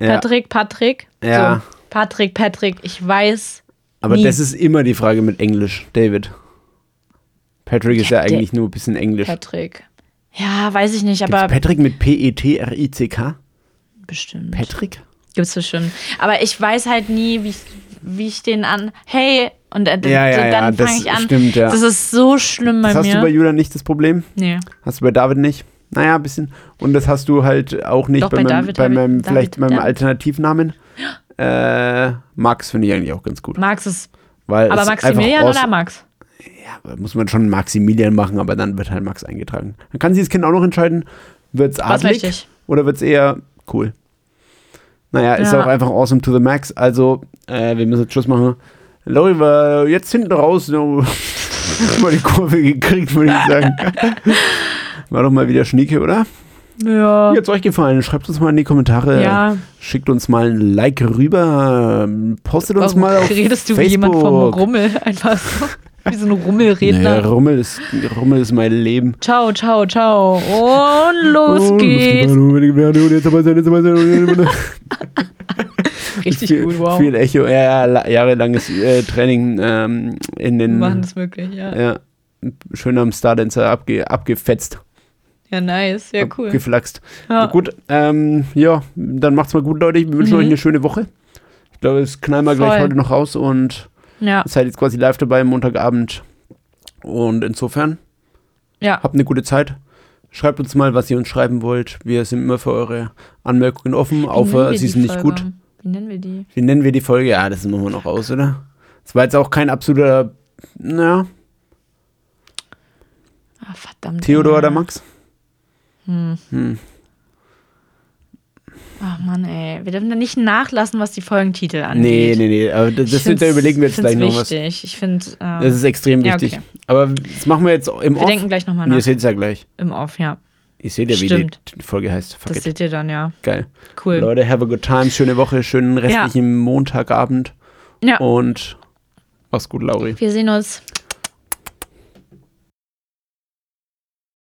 Speaker 1: Ja,
Speaker 2: Patrick, Patrick.
Speaker 1: Ja.
Speaker 2: So, Patrick, Patrick. Ich weiß.
Speaker 1: aber
Speaker 2: nie.
Speaker 1: das ist immer die Frage mit Englisch, David. Patrick ist ja,
Speaker 2: Ja, der-
Speaker 1: eigentlich nur ein bisschen Englisch.
Speaker 2: Patrick. Ja, weiß ich nicht,
Speaker 1: Gibt's
Speaker 2: aber
Speaker 1: Patrick mit E P-E-T-R-I-C-K?
Speaker 2: bestimmt.
Speaker 1: Patrick?
Speaker 2: Gibt's bestimmt. Aber ich weiß halt nie, wie ich, wie ich den an. Hey! Und äh,
Speaker 1: Ja, ja, ja,
Speaker 2: dann fange
Speaker 1: das
Speaker 2: ich an.
Speaker 1: stimmt, ja.
Speaker 2: Das ist so schlimm bei
Speaker 1: Das hast
Speaker 2: mir.
Speaker 1: du bei Julian nicht das Problem?
Speaker 2: nee.
Speaker 1: Hast du bei David nicht? Naja, ein bisschen. Und das hast du halt auch nicht
Speaker 2: Doch,
Speaker 1: bei,
Speaker 2: bei
Speaker 1: meinem,
Speaker 2: David
Speaker 1: bei
Speaker 2: habe ich-
Speaker 1: meinem
Speaker 2: David,
Speaker 1: vielleicht meinem
Speaker 2: David.
Speaker 1: Alternativnamen. Äh, Max finde ich eigentlich auch ganz gut.
Speaker 2: Max ist.
Speaker 1: Weil
Speaker 2: Aber
Speaker 1: es
Speaker 2: Maximilian
Speaker 1: einfach aus-
Speaker 2: oder Max?
Speaker 1: Ja, muss man schon Maximilian machen, aber dann wird halt Max eingetragen. Dann kann sich das Kind auch noch entscheiden, wird es
Speaker 2: möchte
Speaker 1: adlig
Speaker 2: ich?
Speaker 1: oder wird es eher cool. Naja, ist
Speaker 2: Ja.
Speaker 1: auch einfach awesome to the max. Also, äh, wir müssen jetzt Schluss machen. Lori war jetzt hinten raus. No. mal die Kurve gekriegt, würde ich sagen. War doch mal wieder Schnieke, oder?
Speaker 2: Ja.
Speaker 1: Wie hat's euch gefallen? Schreibt uns mal in die Kommentare.
Speaker 2: Ja.
Speaker 1: Schickt äh, uns mal ein Like rüber. Postet uns
Speaker 2: Warum
Speaker 1: mal auf
Speaker 2: redest du
Speaker 1: Facebook.
Speaker 2: wie jemand vom Rummel? Einfach so. Wie so ein Rummelredner.
Speaker 1: Naja, Rummel ist, Rummel ist mein Leben. Oh,
Speaker 2: Ciao, ciao, ciao. Und los
Speaker 1: Und
Speaker 2: geht's.
Speaker 1: Jetzt aber sein, jetzt aber sein, jetzt aber sein.
Speaker 2: Richtig
Speaker 1: viel,
Speaker 2: gut, wow.
Speaker 1: Viel Echo, ja, ja, la- jahrelanges äh, Training ähm, in
Speaker 2: Wir machen
Speaker 1: den.
Speaker 2: das möglich, ja.
Speaker 1: Ja, schön am Stardancer abge, abgefetzt,
Speaker 2: Ja, nice. Ja, cool.
Speaker 1: abgeflaxt.
Speaker 2: Ja.
Speaker 1: Gut, ähm, ja, dann macht's mal gut, Leute. Ich wünsche
Speaker 2: Mhm.
Speaker 1: euch eine schöne Woche. Ich glaube, das knallen wir gleich
Speaker 2: Voll.
Speaker 1: heute noch raus und
Speaker 2: Ja,
Speaker 1: seid jetzt quasi live dabei, Montagabend. Und insofern,
Speaker 2: ja.
Speaker 1: habt eine gute Zeit. Schreibt uns mal, was ihr uns schreiben wollt. Wir sind immer für eure Anmerkungen offen,
Speaker 2: Wie nennen
Speaker 1: außer
Speaker 2: wir
Speaker 1: sie
Speaker 2: die
Speaker 1: sind nicht
Speaker 2: Folge?
Speaker 1: gut.
Speaker 2: Wie nennen wir die?
Speaker 1: Wie nennen wir die Folge? Ja, das machen wir noch aus, oder? Das war jetzt auch kein absoluter, naja,
Speaker 2: Ah, verdammt.
Speaker 1: Theodor
Speaker 2: ey.
Speaker 1: oder Max?
Speaker 2: Hm.
Speaker 1: Hm.
Speaker 2: Ach Mann, ey. Wir dürfen da nicht nachlassen, was die Folgentitel
Speaker 1: Nee,
Speaker 2: angeht.
Speaker 1: nee, nee. Aber das,
Speaker 2: Ich
Speaker 1: das, da
Speaker 2: find's-
Speaker 1: überlegen wir jetzt
Speaker 2: find's
Speaker 1: gleich noch was.
Speaker 2: wichtig. Ich finde,
Speaker 1: Das
Speaker 2: ähm,
Speaker 1: ist extrem
Speaker 2: Ja,
Speaker 1: wichtig.
Speaker 2: okay.
Speaker 1: Aber das machen wir jetzt im
Speaker 2: wir
Speaker 1: Off.
Speaker 2: denken gleich nochmal
Speaker 1: Ihr
Speaker 2: nach.
Speaker 1: seht es ja gleich.
Speaker 2: Im Off, ja.
Speaker 1: Ihr seht ja, wie
Speaker 2: Stimmt.
Speaker 1: die Folge heißt. Fuck
Speaker 2: Das
Speaker 1: it.
Speaker 2: seht ihr dann, ja.
Speaker 1: Geil.
Speaker 2: Cool.
Speaker 1: Leute, have a good time. Schöne Woche, schönen restlichen Montagabend.
Speaker 2: Ja.
Speaker 1: Und mach's gut, Lauri.
Speaker 2: Wir sehen uns.